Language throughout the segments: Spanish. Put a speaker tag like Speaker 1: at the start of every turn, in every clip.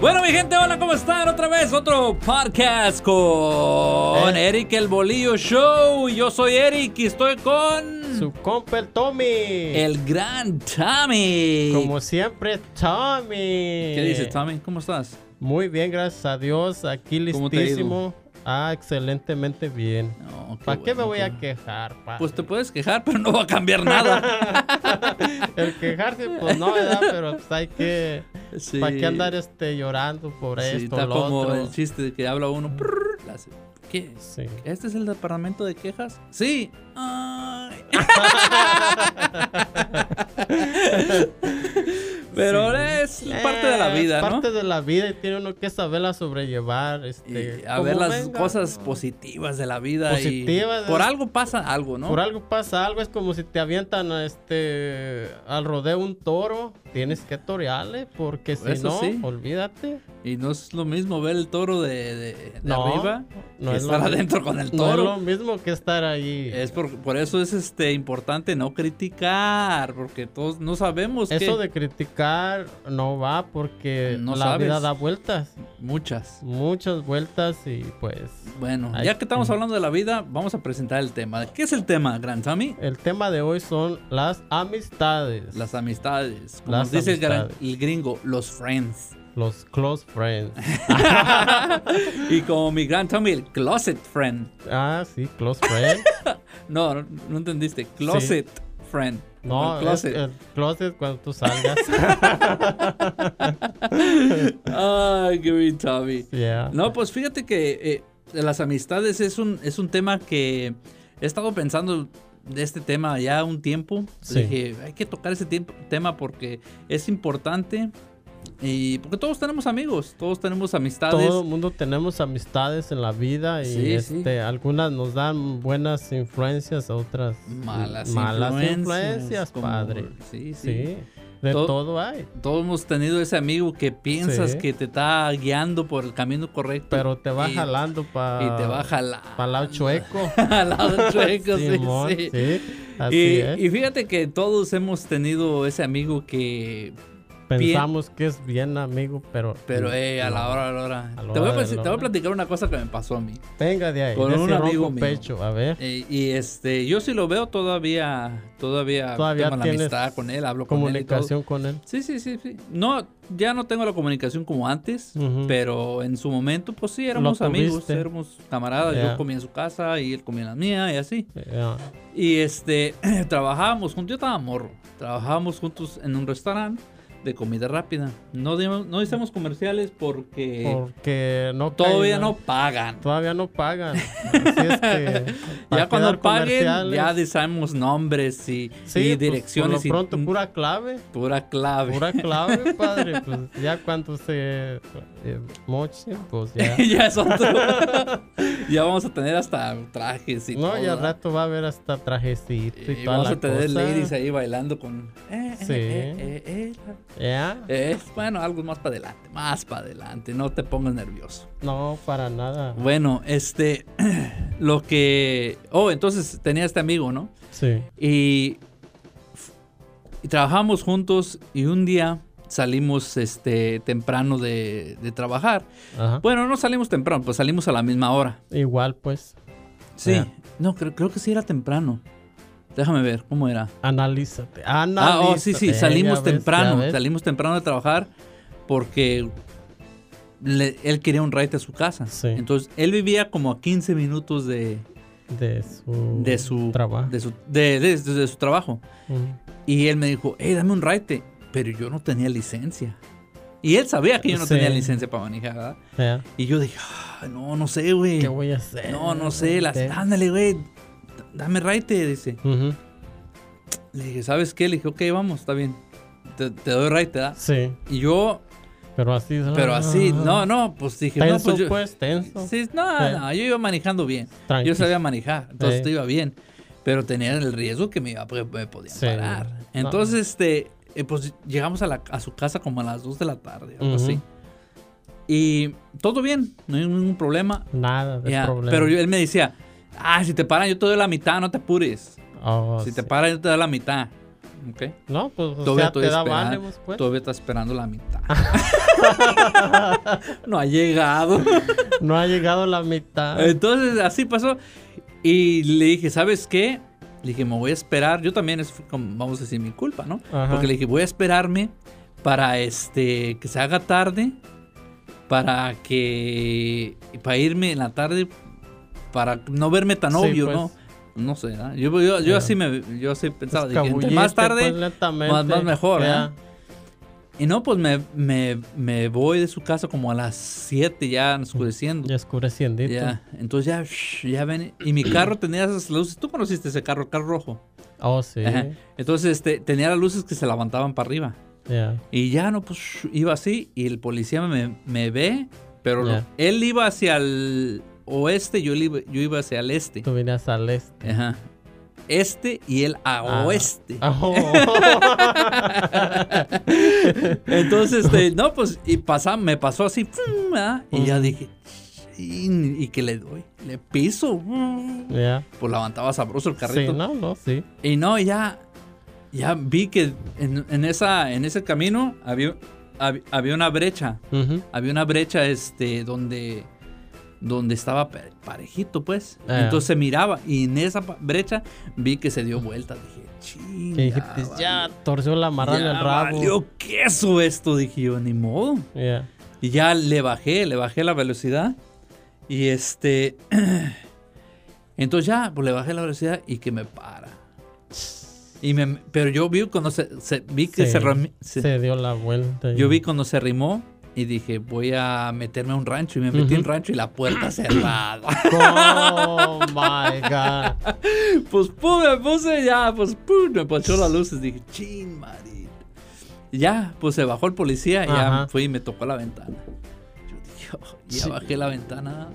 Speaker 1: Bueno, mi gente, hola, ¿cómo están? Otra vez, otro podcast con
Speaker 2: Eh.
Speaker 1: Eric el Bolillo Show. Yo soy Eric y estoy con
Speaker 2: Su compa el Tommy.
Speaker 1: el gran Tommy.
Speaker 2: Como siempre, Tommy.
Speaker 1: ¿Qué dices, Tommy? ¿Cómo estás?
Speaker 2: Muy bien, gracias a Dios. Aquí
Speaker 1: ¿Cómo te ha ido?
Speaker 2: listísimo. Ah, excelentemente bien.
Speaker 1: No,
Speaker 2: ¿Para qué me
Speaker 1: bueno,
Speaker 2: voy a
Speaker 1: qué-
Speaker 2: quejar? pa?
Speaker 1: Pues te puedes quejar, pero no va a cambiar nada.
Speaker 2: El quejarse, pues no, ¿verdad? Pero pues hay que.
Speaker 1: Sí.
Speaker 2: ¿Para qué andar este, llorando por
Speaker 1: Sí,
Speaker 2: esto,
Speaker 1: está
Speaker 2: lo
Speaker 1: como
Speaker 2: otro?
Speaker 1: el chiste de que habla uno. prrr, la hace. ¿Qué?
Speaker 2: Sí.
Speaker 1: ¿Este es el departamento de quejas? Sí. Ay. Pero es parte de la
Speaker 2: Eh,
Speaker 1: vida,
Speaker 2: es
Speaker 1: ¿no?
Speaker 2: Parte de la vida y tiene uno que saberla sobrellevar. Este,
Speaker 1: Y a
Speaker 2: como
Speaker 1: ver las
Speaker 2: venga,
Speaker 1: cosas
Speaker 2: ¿no?
Speaker 1: positivas de la vida.
Speaker 2: Positivas,
Speaker 1: y por
Speaker 2: es-
Speaker 1: algo pasa algo, ¿no?
Speaker 2: Por algo pasa algo, es como si te avientan este al rodeo un toro, tienes que torearle, porque si
Speaker 1: Eso
Speaker 2: no,
Speaker 1: sí.
Speaker 2: olvídate.
Speaker 1: Y no es lo mismo ver el toro de, de- de
Speaker 2: No,
Speaker 1: arriba
Speaker 2: no
Speaker 1: que
Speaker 2: es lo
Speaker 1: estar
Speaker 2: mi-
Speaker 1: adentro con el
Speaker 2: No es
Speaker 1: toro.
Speaker 2: lo mismo que estar ahí.
Speaker 1: Es por, por eso es este importante no criticar, porque todos no sabemos
Speaker 2: Eso
Speaker 1: pues que
Speaker 2: de criticar no va porque
Speaker 1: No
Speaker 2: la
Speaker 1: sabes.
Speaker 2: vida da vueltas,
Speaker 1: muchas.
Speaker 2: muchas vueltas y pues
Speaker 1: Bueno,
Speaker 2: Ay,
Speaker 1: ya que estamos
Speaker 2: mm.
Speaker 1: hablando de la vida, vamos a presentar el tema. ¿Qué es el tema, Gran Sammy?
Speaker 2: el tema de hoy son las amistades,
Speaker 1: Las amistades. Como nos
Speaker 2: Las
Speaker 1: dice el, gran-
Speaker 2: amistades.
Speaker 1: el gringo, los friends.
Speaker 2: los close friends.
Speaker 1: y como mi Gran Tommy, el closet friend.
Speaker 2: ah, sí, close friends.
Speaker 1: No, no, no entendiste. Closet friend.
Speaker 2: No,
Speaker 1: El
Speaker 2: es
Speaker 1: closet.
Speaker 2: el closet cuando tú salgas.
Speaker 1: Ay, qué bien, Tommy.
Speaker 2: Yeah.
Speaker 1: No, pues fíjate que eh, las amistades es un, es un tema que he estado pensando de este tema ya un tiempo.
Speaker 2: Sí.
Speaker 1: Dije, hay que tocar ese tiemp- tema porque es importante. Y porque todos tenemos amigos, todos tenemos amistades.
Speaker 2: Todo el mundo tenemos amistades en la vida y
Speaker 1: Sí, sí.
Speaker 2: este, algunas nos dan buenas influencias, otras
Speaker 1: malas,
Speaker 2: malas
Speaker 1: influencias.
Speaker 2: influencias,
Speaker 1: como-
Speaker 2: padre.
Speaker 1: Sí, sí.
Speaker 2: Sí, de
Speaker 1: To-
Speaker 2: todo hay,
Speaker 1: Todos hemos tenido ese amigo que piensas
Speaker 2: Sí.
Speaker 1: que te está guiando por el camino correcto.
Speaker 2: pero te va
Speaker 1: y-
Speaker 2: jalando para
Speaker 1: Y te va a jalar.
Speaker 2: para lado chueco.
Speaker 1: Al lado chueco, sí,
Speaker 2: Simón,
Speaker 1: sí.
Speaker 2: así
Speaker 1: Y,
Speaker 2: es.
Speaker 1: y fíjate que todos hemos tenido ese amigo que,
Speaker 2: Pensamos que es bien amigo, pero
Speaker 1: pero eh, a la hora, a la hora.
Speaker 2: A la
Speaker 1: te, voy a,
Speaker 2: hora de
Speaker 1: plati- te
Speaker 2: la
Speaker 1: voy a
Speaker 2: hora.
Speaker 1: platicar una cosa que me pasó a mí.
Speaker 2: venga de ahí,
Speaker 1: Con
Speaker 2: de
Speaker 1: un
Speaker 2: ese ronco
Speaker 1: amigo mío.
Speaker 2: pecho, a ver.
Speaker 1: Eh, y este, yo sí lo veo todavía, todavía,
Speaker 2: Todavía
Speaker 1: tengo la
Speaker 2: tienes
Speaker 1: amistad con él, hablo con él. y todo.
Speaker 2: Comunicación con él.
Speaker 1: Sí, sí, sí, sí. No, ya no tengo la comunicación como antes,
Speaker 2: Ujú.
Speaker 1: pero en su momento, pues sí, éramos
Speaker 2: Lo
Speaker 1: amigos,
Speaker 2: tuviste.
Speaker 1: éramos camaradas. Yo
Speaker 2: Ya.
Speaker 1: comía en su casa y él comía en la mía y así.
Speaker 2: Yeah.
Speaker 1: Y este, trabajábamos juntos, yo estaba morro, trabajábamos juntos en un restaurante de comida rápida. No, dimos- no hicimos comerciales porque
Speaker 2: Porque no
Speaker 1: Eh, todavía
Speaker 2: caen-
Speaker 1: no pagan.
Speaker 2: Todavía no pagan. Así es que,
Speaker 1: Ya
Speaker 2: para
Speaker 1: cuando
Speaker 2: quedar
Speaker 1: paguen,
Speaker 2: comerciales,
Speaker 1: ya decimos nombres y,
Speaker 2: sí,
Speaker 1: y
Speaker 2: pues,
Speaker 1: direcciones
Speaker 2: por lo pronto,
Speaker 1: y mm.
Speaker 2: pura clave.
Speaker 1: pura clave.
Speaker 2: Pura clave, padre. Pues ya cuando se eh, moche, pues ya.
Speaker 1: ya es otro. ya vamos a tener hasta trajes y
Speaker 2: No,
Speaker 1: todo.
Speaker 2: ya al
Speaker 1: pues, ¿verdad?
Speaker 2: rato va a haber hasta trajecito y,
Speaker 1: Y
Speaker 2: toda
Speaker 1: vamos
Speaker 2: la
Speaker 1: a tener
Speaker 2: cosa.
Speaker 1: ladies ahí bailando con... eh, eh,
Speaker 2: Sí.
Speaker 1: eh, eh, eh, eh.
Speaker 2: Ya.
Speaker 1: Eh, bueno, algo más para adelante, más para adelante, no te pongas nervioso.
Speaker 2: No, para nada.
Speaker 1: Bueno, este, lo que... Oh, entonces tenía este amigo, ¿no?
Speaker 2: Sí.
Speaker 1: Y, y trabajamos juntos y un día salimos este, temprano de, de trabajar.
Speaker 2: Ajá.
Speaker 1: Bueno, no salimos temprano, pues salimos a la misma hora.
Speaker 2: Igual, pues,
Speaker 1: Sí.
Speaker 2: Ya.
Speaker 1: No, creo, creo que sí era temprano. Déjame ver, ¿cómo era?
Speaker 2: analízate.
Speaker 1: Ah,
Speaker 2: analízate.
Speaker 1: oh, sí,
Speaker 2: Eh,
Speaker 1: sí,
Speaker 2: ya
Speaker 1: salimos
Speaker 2: ves, ya
Speaker 1: temprano.
Speaker 2: ves.
Speaker 1: Salimos temprano de trabajar porque le- él quería un ride a su casa.
Speaker 2: Sí.
Speaker 1: Entonces, él vivía como a 15 minutos de,
Speaker 2: De su,
Speaker 1: de su
Speaker 2: trabajo. Mm.
Speaker 1: De su, de- de- de- de su trabajo.
Speaker 2: Ujú.
Speaker 1: Y él me dijo, hey, dame un ride. Pero yo no tenía licencia. Y él sabía que yo no
Speaker 2: Sí.
Speaker 1: tenía licencia para manejar, ¿verdad?
Speaker 2: Ya.
Speaker 1: Y yo dije, "Ah, no, no sé, güey.
Speaker 2: ¿Qué voy a hacer?
Speaker 1: No, no sé. Las,
Speaker 2: Te-
Speaker 1: ándale, güey. Dame ride, dice.
Speaker 2: Ujú.
Speaker 1: Le dije, ¿sabes qué? Le dije, ok, vamos, está bien. Te, te doy ride, te da.
Speaker 2: Sí.
Speaker 1: Y yo,
Speaker 2: Pero así.
Speaker 1: pero así,
Speaker 2: Ah.
Speaker 1: no, no, pues dije, no,
Speaker 2: Tenso,
Speaker 1: pues
Speaker 2: pues,
Speaker 1: yo.
Speaker 2: tenso.
Speaker 1: Sí, no,
Speaker 2: Eh.
Speaker 1: no, yo iba manejando bien.
Speaker 2: Tranqui.
Speaker 1: Yo sabía manejar, entonces
Speaker 2: Eh.
Speaker 1: todo iba bien. Pero tenía el riesgo que me, iba, que me podían
Speaker 2: Sí.
Speaker 1: parar. Entonces, este, eh, pues llegamos a, la- a su casa como a las 2 de la tarde, algo
Speaker 2: Ujú.
Speaker 1: así. Y todo bien, no hay ningún problema.
Speaker 2: Nada de
Speaker 1: Ya,
Speaker 2: problema.
Speaker 1: Pero yo- él me decía, ah, si te paran, yo te doy la mitad, no te apures.
Speaker 2: Oh,
Speaker 1: si te
Speaker 2: sí.
Speaker 1: paran, yo te doy la mitad. Ok.
Speaker 2: No, pues, o
Speaker 1: Todavía
Speaker 2: sea,
Speaker 1: estoy
Speaker 2: te da
Speaker 1: esperando-
Speaker 2: vale, pues. pues.
Speaker 1: Todavía está esperando la mitad. no ha llegado.
Speaker 2: No ha llegado la mitad.
Speaker 1: Entonces, así pasó. Y le dije, ¿sabes qué? Le dije, me voy a esperar. Yo también, es como, vamos a decir, mi culpa, ¿no?
Speaker 2: Ajá.
Speaker 1: Porque le dije, voy a esperarme para este que se haga tarde. Para que. Para irme en la tarde. Para no verme tan
Speaker 2: Sí,
Speaker 1: obvio,
Speaker 2: pues.
Speaker 1: ¿no? No sé, ¿verdad? Yo, yo, yo
Speaker 2: Ya.
Speaker 1: así me yo así pensaba. dije, entre
Speaker 2: Escabulliste,
Speaker 1: más
Speaker 2: pues,
Speaker 1: tarde.
Speaker 2: lentamente.
Speaker 1: más- más mejor, ¿eh?
Speaker 2: Ya.
Speaker 1: Y no, pues me, me, me voy de su casa como a las 7 ya oscureciendo.
Speaker 2: Ya oscureciendo.
Speaker 1: Ya, entonces ya, shh, ya ven. Y mi carro tenía esas luces. Tú conociste ese carro, el carro rojo.
Speaker 2: Oh, sí.
Speaker 1: Ajá. Entonces este, tenía las luces que se levantaban para arriba.
Speaker 2: Ya.
Speaker 1: Y ya no, pues shh, iba así. Y el policía me, me ve, pero lo-
Speaker 2: Ya.
Speaker 1: él iba hacia el oeste, yo, iba- yo iba hacia el este.
Speaker 2: Tú vienes al este.
Speaker 1: Ajá. Este y él a
Speaker 2: Ah.
Speaker 1: oeste.
Speaker 2: Ah, oh.
Speaker 1: Entonces, este, no, pues, y pasa, me pasó así, ¡fum! ¿verdad? y ya
Speaker 2: Ujú.
Speaker 1: dije, "Chin", y que le doy, le piso, ¡fum!
Speaker 2: ya.
Speaker 1: pues levantaba sabroso el carrito.
Speaker 2: Sí, no, no, sí.
Speaker 1: Y no, ya, ya vi que en, en esa, en ese camino había, hab- había una brecha,
Speaker 2: Ujú.
Speaker 1: había una brecha, este, donde, donde estaba pa- parejito, pues.
Speaker 2: Ah.
Speaker 1: Entonces se miraba, y en esa pa- brecha vi que se dio vuelta, dije,
Speaker 2: Y
Speaker 1: "Chin,
Speaker 2: dijiste, pues, ya torció la marra
Speaker 1: ya
Speaker 2: del rabo.
Speaker 1: valió queso esto, dije yo, ni modo.
Speaker 2: Ya.
Speaker 1: Y ya le bajé, le bajé la velocidad. Y este. Entonces ya, pues le bajé la velocidad y que me para. Y me, pero yo vi cuando se, se- vi que
Speaker 2: Sí,
Speaker 1: se, rami- se-
Speaker 2: Se dio la vuelta. y-
Speaker 1: yo vi cuando se arrimó y dije, voy a meterme a un rancho. Y me metí en un
Speaker 2: Ujú.
Speaker 1: rancho y la puerta cerrada.
Speaker 2: Oh my god.
Speaker 1: pues pum, me puse ya, pues pum, me ponchó las luces. Dije, chin, marito. Y Ya, pues se bajó el policía y ya
Speaker 2: Ajá.
Speaker 1: fui y me tocó la ventana. Yo dije, "Oh", ya
Speaker 2: Sí.
Speaker 1: bajé la ventana.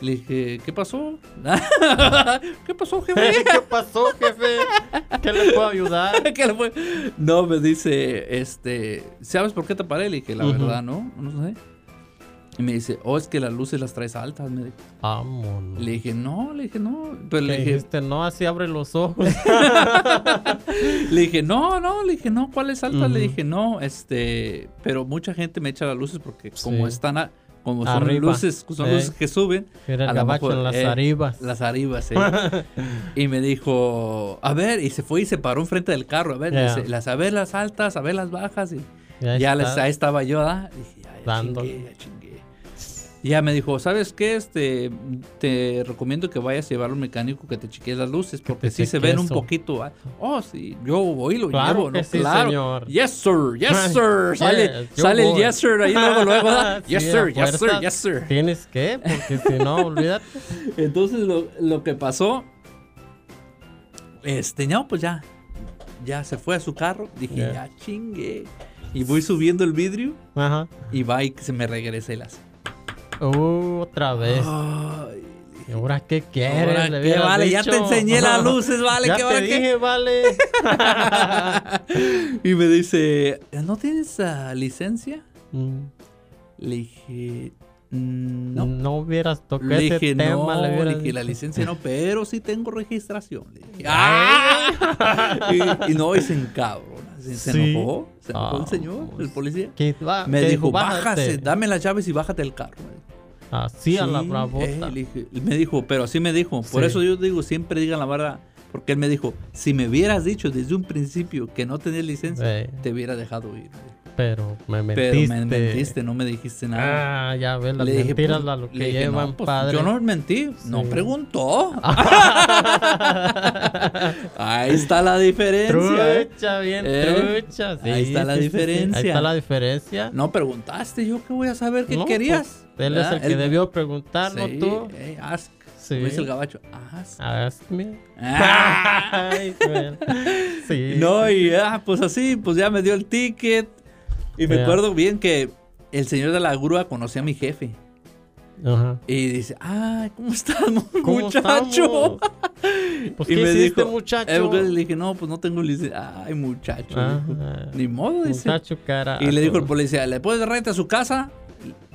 Speaker 1: Le dije, ¿qué pasó? ¿Qué pasó, jefe?
Speaker 2: ¿Qué pasó, jefe? ¿Qué le puedo ayudar?
Speaker 1: ¿Qué le fue? No, me dice, este, ¿sabes por qué te paré? Le dije, la
Speaker 2: Ujú.
Speaker 1: verdad, ¿no? No sé. Y me dice, oh, es que las luces las traes altas. me dijo.
Speaker 2: Vámonos.
Speaker 1: Le dije, no, le dije, no. Pero
Speaker 2: Le
Speaker 1: le dije,
Speaker 2: dijiste, no, así abre los ojos.
Speaker 1: Le dije, no, no, le dije, no, ¿cuál es alta? Le
Speaker 2: Ujú.
Speaker 1: dije, no, este, pero mucha gente me echa las luces porque como
Speaker 2: Sí.
Speaker 1: están, a- como son
Speaker 2: Arriba.
Speaker 1: luces, son
Speaker 2: Ey.
Speaker 1: luces que suben,
Speaker 2: Era
Speaker 1: A
Speaker 2: el
Speaker 1: lo
Speaker 2: gabacho
Speaker 1: mejor,
Speaker 2: en las
Speaker 1: eh,
Speaker 2: aribas.
Speaker 1: las arribas, sí. y me dijo, a ver, y se fue y se paró enfrente del carro, a ver,
Speaker 2: Ya.
Speaker 1: dice, las, a ver las altas, a ver las bajas, y
Speaker 2: Ya,
Speaker 1: ya les,
Speaker 2: está.
Speaker 1: ahí estaba yo, ¿ah? Dije, ya, ya
Speaker 2: Dándole.
Speaker 1: chingué, ya chingué. Y ya me dijo, ¿sabes qué? Este, te recomiendo que vayas a llevar a un mecánico que te chequee las luces porque
Speaker 2: te
Speaker 1: sí se
Speaker 2: chequee
Speaker 1: ven un
Speaker 2: eso.
Speaker 1: poquito. ah. Oh, sí, yo voy y lo
Speaker 2: Claro
Speaker 1: llevo, ¿no?
Speaker 2: que sí,
Speaker 1: claro.
Speaker 2: señor.
Speaker 1: Yes, sir, yes,
Speaker 2: Ay,
Speaker 1: sir. Sale,
Speaker 2: yes, yo
Speaker 1: sale el
Speaker 2: voy.
Speaker 1: yes, sir. Ahí luego, luego. ah.
Speaker 2: Sí,
Speaker 1: Yes,
Speaker 2: a
Speaker 1: sir, yes, sir,
Speaker 2: fuerzas.
Speaker 1: yes, sir.
Speaker 2: Tienes que, porque si no, olvídate.
Speaker 1: Entonces, lo, lo que pasó, este, no, pues ya, ya se fue a su carro. Dije,
Speaker 2: Ya.
Speaker 1: ya chingue. Y voy subiendo el vidrio
Speaker 2: Ajá.
Speaker 1: y va y que se me regresa y las.
Speaker 2: Uh, otra vez.
Speaker 1: Ay,
Speaker 2: ¿Y ahora qué quieres?
Speaker 1: ahora
Speaker 2: Le
Speaker 1: qué
Speaker 2: hubieras
Speaker 1: vale, ya
Speaker 2: dicho.
Speaker 1: te enseñé las luces, vale,
Speaker 2: ya
Speaker 1: que
Speaker 2: te
Speaker 1: ahora
Speaker 2: dije,
Speaker 1: qué.
Speaker 2: vale.
Speaker 1: Y me dice, ¿no tienes ah, licencia?
Speaker 2: Mm,
Speaker 1: Le dije, "Mm,
Speaker 2: no.
Speaker 1: no.
Speaker 2: hubieras tocado
Speaker 1: Le
Speaker 2: ese
Speaker 1: dije,
Speaker 2: tema.
Speaker 1: no,
Speaker 2: le
Speaker 1: le
Speaker 2: hubieras
Speaker 1: dije, la
Speaker 2: dicho.
Speaker 1: licencia no, pero sí tengo registración. Le dije, ¡Ah! y, y no, y se encabrona. Se, se
Speaker 2: Ah. Sí.
Speaker 1: enojó, se enojó el
Speaker 2: Ah,
Speaker 1: señor, el policía.
Speaker 2: Que va-
Speaker 1: Me
Speaker 2: que
Speaker 1: dijo,
Speaker 2: "Bájate".
Speaker 1: bájase, dame las llaves y bájate el carro. Me dijo.
Speaker 2: Así a la
Speaker 1: Sí,
Speaker 2: bravota.
Speaker 1: eh, le dije- me dijo, pero así me dijo. Por
Speaker 2: Sí.
Speaker 1: eso yo digo, siempre digan la verdad. Porque él me dijo, si me hubieras dicho desde un principio que no tenías licencia,
Speaker 2: Eh,
Speaker 1: te hubiera dejado ir.
Speaker 2: pero me mentiste.
Speaker 1: Pero me mentiste, no me dijiste nada.
Speaker 2: Ah, ya ves, las
Speaker 1: Le dije,
Speaker 2: mentiras
Speaker 1: pues,
Speaker 2: la lo que
Speaker 1: le dije,
Speaker 2: llevan,
Speaker 1: no, pues,
Speaker 2: padre.
Speaker 1: Yo no mentí, no
Speaker 2: Sí.
Speaker 1: preguntó. Ahí está la diferencia. ¿eh?
Speaker 2: Trucha, bien,
Speaker 1: Eh,
Speaker 2: trucha. sí,
Speaker 1: ahí está la
Speaker 2: sí, sí, sí. Ahí
Speaker 1: diferencia.
Speaker 2: está la diferencia.
Speaker 1: No preguntaste, yo qué voy a saber qué
Speaker 2: No,
Speaker 1: querías.
Speaker 2: pues, él es
Speaker 1: ¿Verdad?
Speaker 2: el que
Speaker 1: Él-
Speaker 2: debió preguntar,
Speaker 1: Sí,
Speaker 2: no tú.
Speaker 1: eh, ask.
Speaker 2: Sí.
Speaker 1: Como dice el gabacho, ask.
Speaker 2: Ask me.
Speaker 1: Ah.
Speaker 2: Ay, güey. sí.
Speaker 1: No, y ah, pues así, pues ya me dio el ticket. Y me
Speaker 2: Ya.
Speaker 1: acuerdo bien que el señor de la grúa conocía a mi jefe.
Speaker 2: Ajá.
Speaker 1: Y dice, ah, ¿cómo estamos,
Speaker 2: ¿Cómo
Speaker 1: muchacho?
Speaker 2: estamos? Pues,
Speaker 1: y
Speaker 2: ¿qué
Speaker 1: me
Speaker 2: hiciste,
Speaker 1: dijo,
Speaker 2: muchacho?
Speaker 1: eh, porque le dije, no, pues no tengo licencia. Ay, muchacho.
Speaker 2: Ajá.
Speaker 1: dijo. Ni modo, dice.
Speaker 2: Muchacho cara.
Speaker 1: Y le dijo el policía, ¿le puedes dar renta a su casa?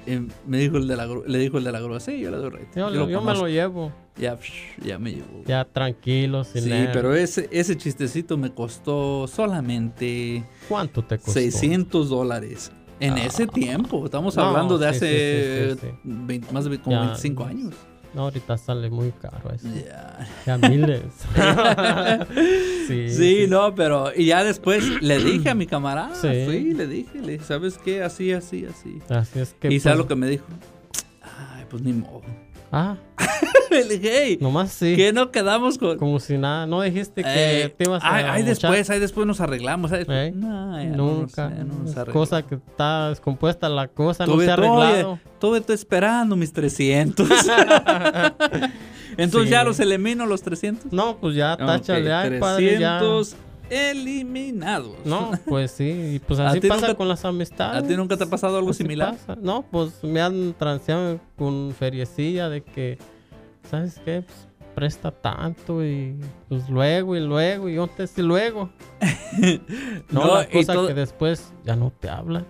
Speaker 1: eh, me dijo el de la grúa, le dijo el de la grúa, sí, yo le doy rate.
Speaker 2: Yo,
Speaker 1: lo
Speaker 2: yo me
Speaker 1: conozco".
Speaker 2: lo llevo.
Speaker 1: Ya, psh, ya me llevó.
Speaker 2: Ya tranquilo, sin
Speaker 1: sí,
Speaker 2: nada.
Speaker 1: pero ese, ese chistecito me costó solamente
Speaker 2: ¿Cuánto te costó? Ah.
Speaker 1: 600 dólares. En ese tiempo, estamos
Speaker 2: No,
Speaker 1: hablando de
Speaker 2: sí,
Speaker 1: hace
Speaker 2: sí, sí, sí, sí.
Speaker 1: 20 más de como
Speaker 2: Ya.
Speaker 1: 25 años.
Speaker 2: No, ahorita sale muy caro eso.
Speaker 1: Ya.
Speaker 2: Ya miles. sí,
Speaker 1: Sí, no, pero y ya después le dije a mi camarada,
Speaker 2: Sí.
Speaker 1: sí, le dije, le dije, ¿sabes qué? Así, así, así.
Speaker 2: Así es que.
Speaker 1: Y ¿sabes lo
Speaker 2: pues,
Speaker 1: que me dijo? Ay, pues ni modo.
Speaker 2: Ah,
Speaker 1: Le dije, hey,
Speaker 2: nomás sí.
Speaker 1: ¿qué no quedamos con...?
Speaker 2: Como si nada. No dijiste que
Speaker 1: Eh,
Speaker 2: te ibas a.
Speaker 1: ay, ay,
Speaker 2: mochar.
Speaker 1: después, ahí después nos arreglamos. ahí después.
Speaker 2: Eh,
Speaker 1: No, ya no nos-
Speaker 2: Nunca.
Speaker 1: ya no nos
Speaker 2: Es
Speaker 1: arreglamos.
Speaker 2: cosa que está descompuesta la cosa, no
Speaker 1: Tuve
Speaker 2: se ha
Speaker 1: todo,
Speaker 2: arreglado.
Speaker 1: oye, tuve todo esperando mis 300. Entonces
Speaker 2: Sí.
Speaker 1: ya los elimino los 300.
Speaker 2: No, pues ya
Speaker 1: Ok,
Speaker 2: táchale, ay, padre, ya.
Speaker 1: 300 eliminados.
Speaker 2: No, pues sí, y pues
Speaker 1: ¿A
Speaker 2: así
Speaker 1: ti
Speaker 2: pasa
Speaker 1: nunca-
Speaker 2: con las amistades.
Speaker 1: ¿A ti nunca te ha pasado algo
Speaker 2: Así
Speaker 1: similar?
Speaker 2: Pues pasa. No, pues me han transeado con feriecilla de que, ¿sabes qué? Pues, presta tanto y pues luego y luego y antes y luego. No,
Speaker 1: No,
Speaker 2: la
Speaker 1: y
Speaker 2: cosa
Speaker 1: todo-
Speaker 2: que después ya no te habla.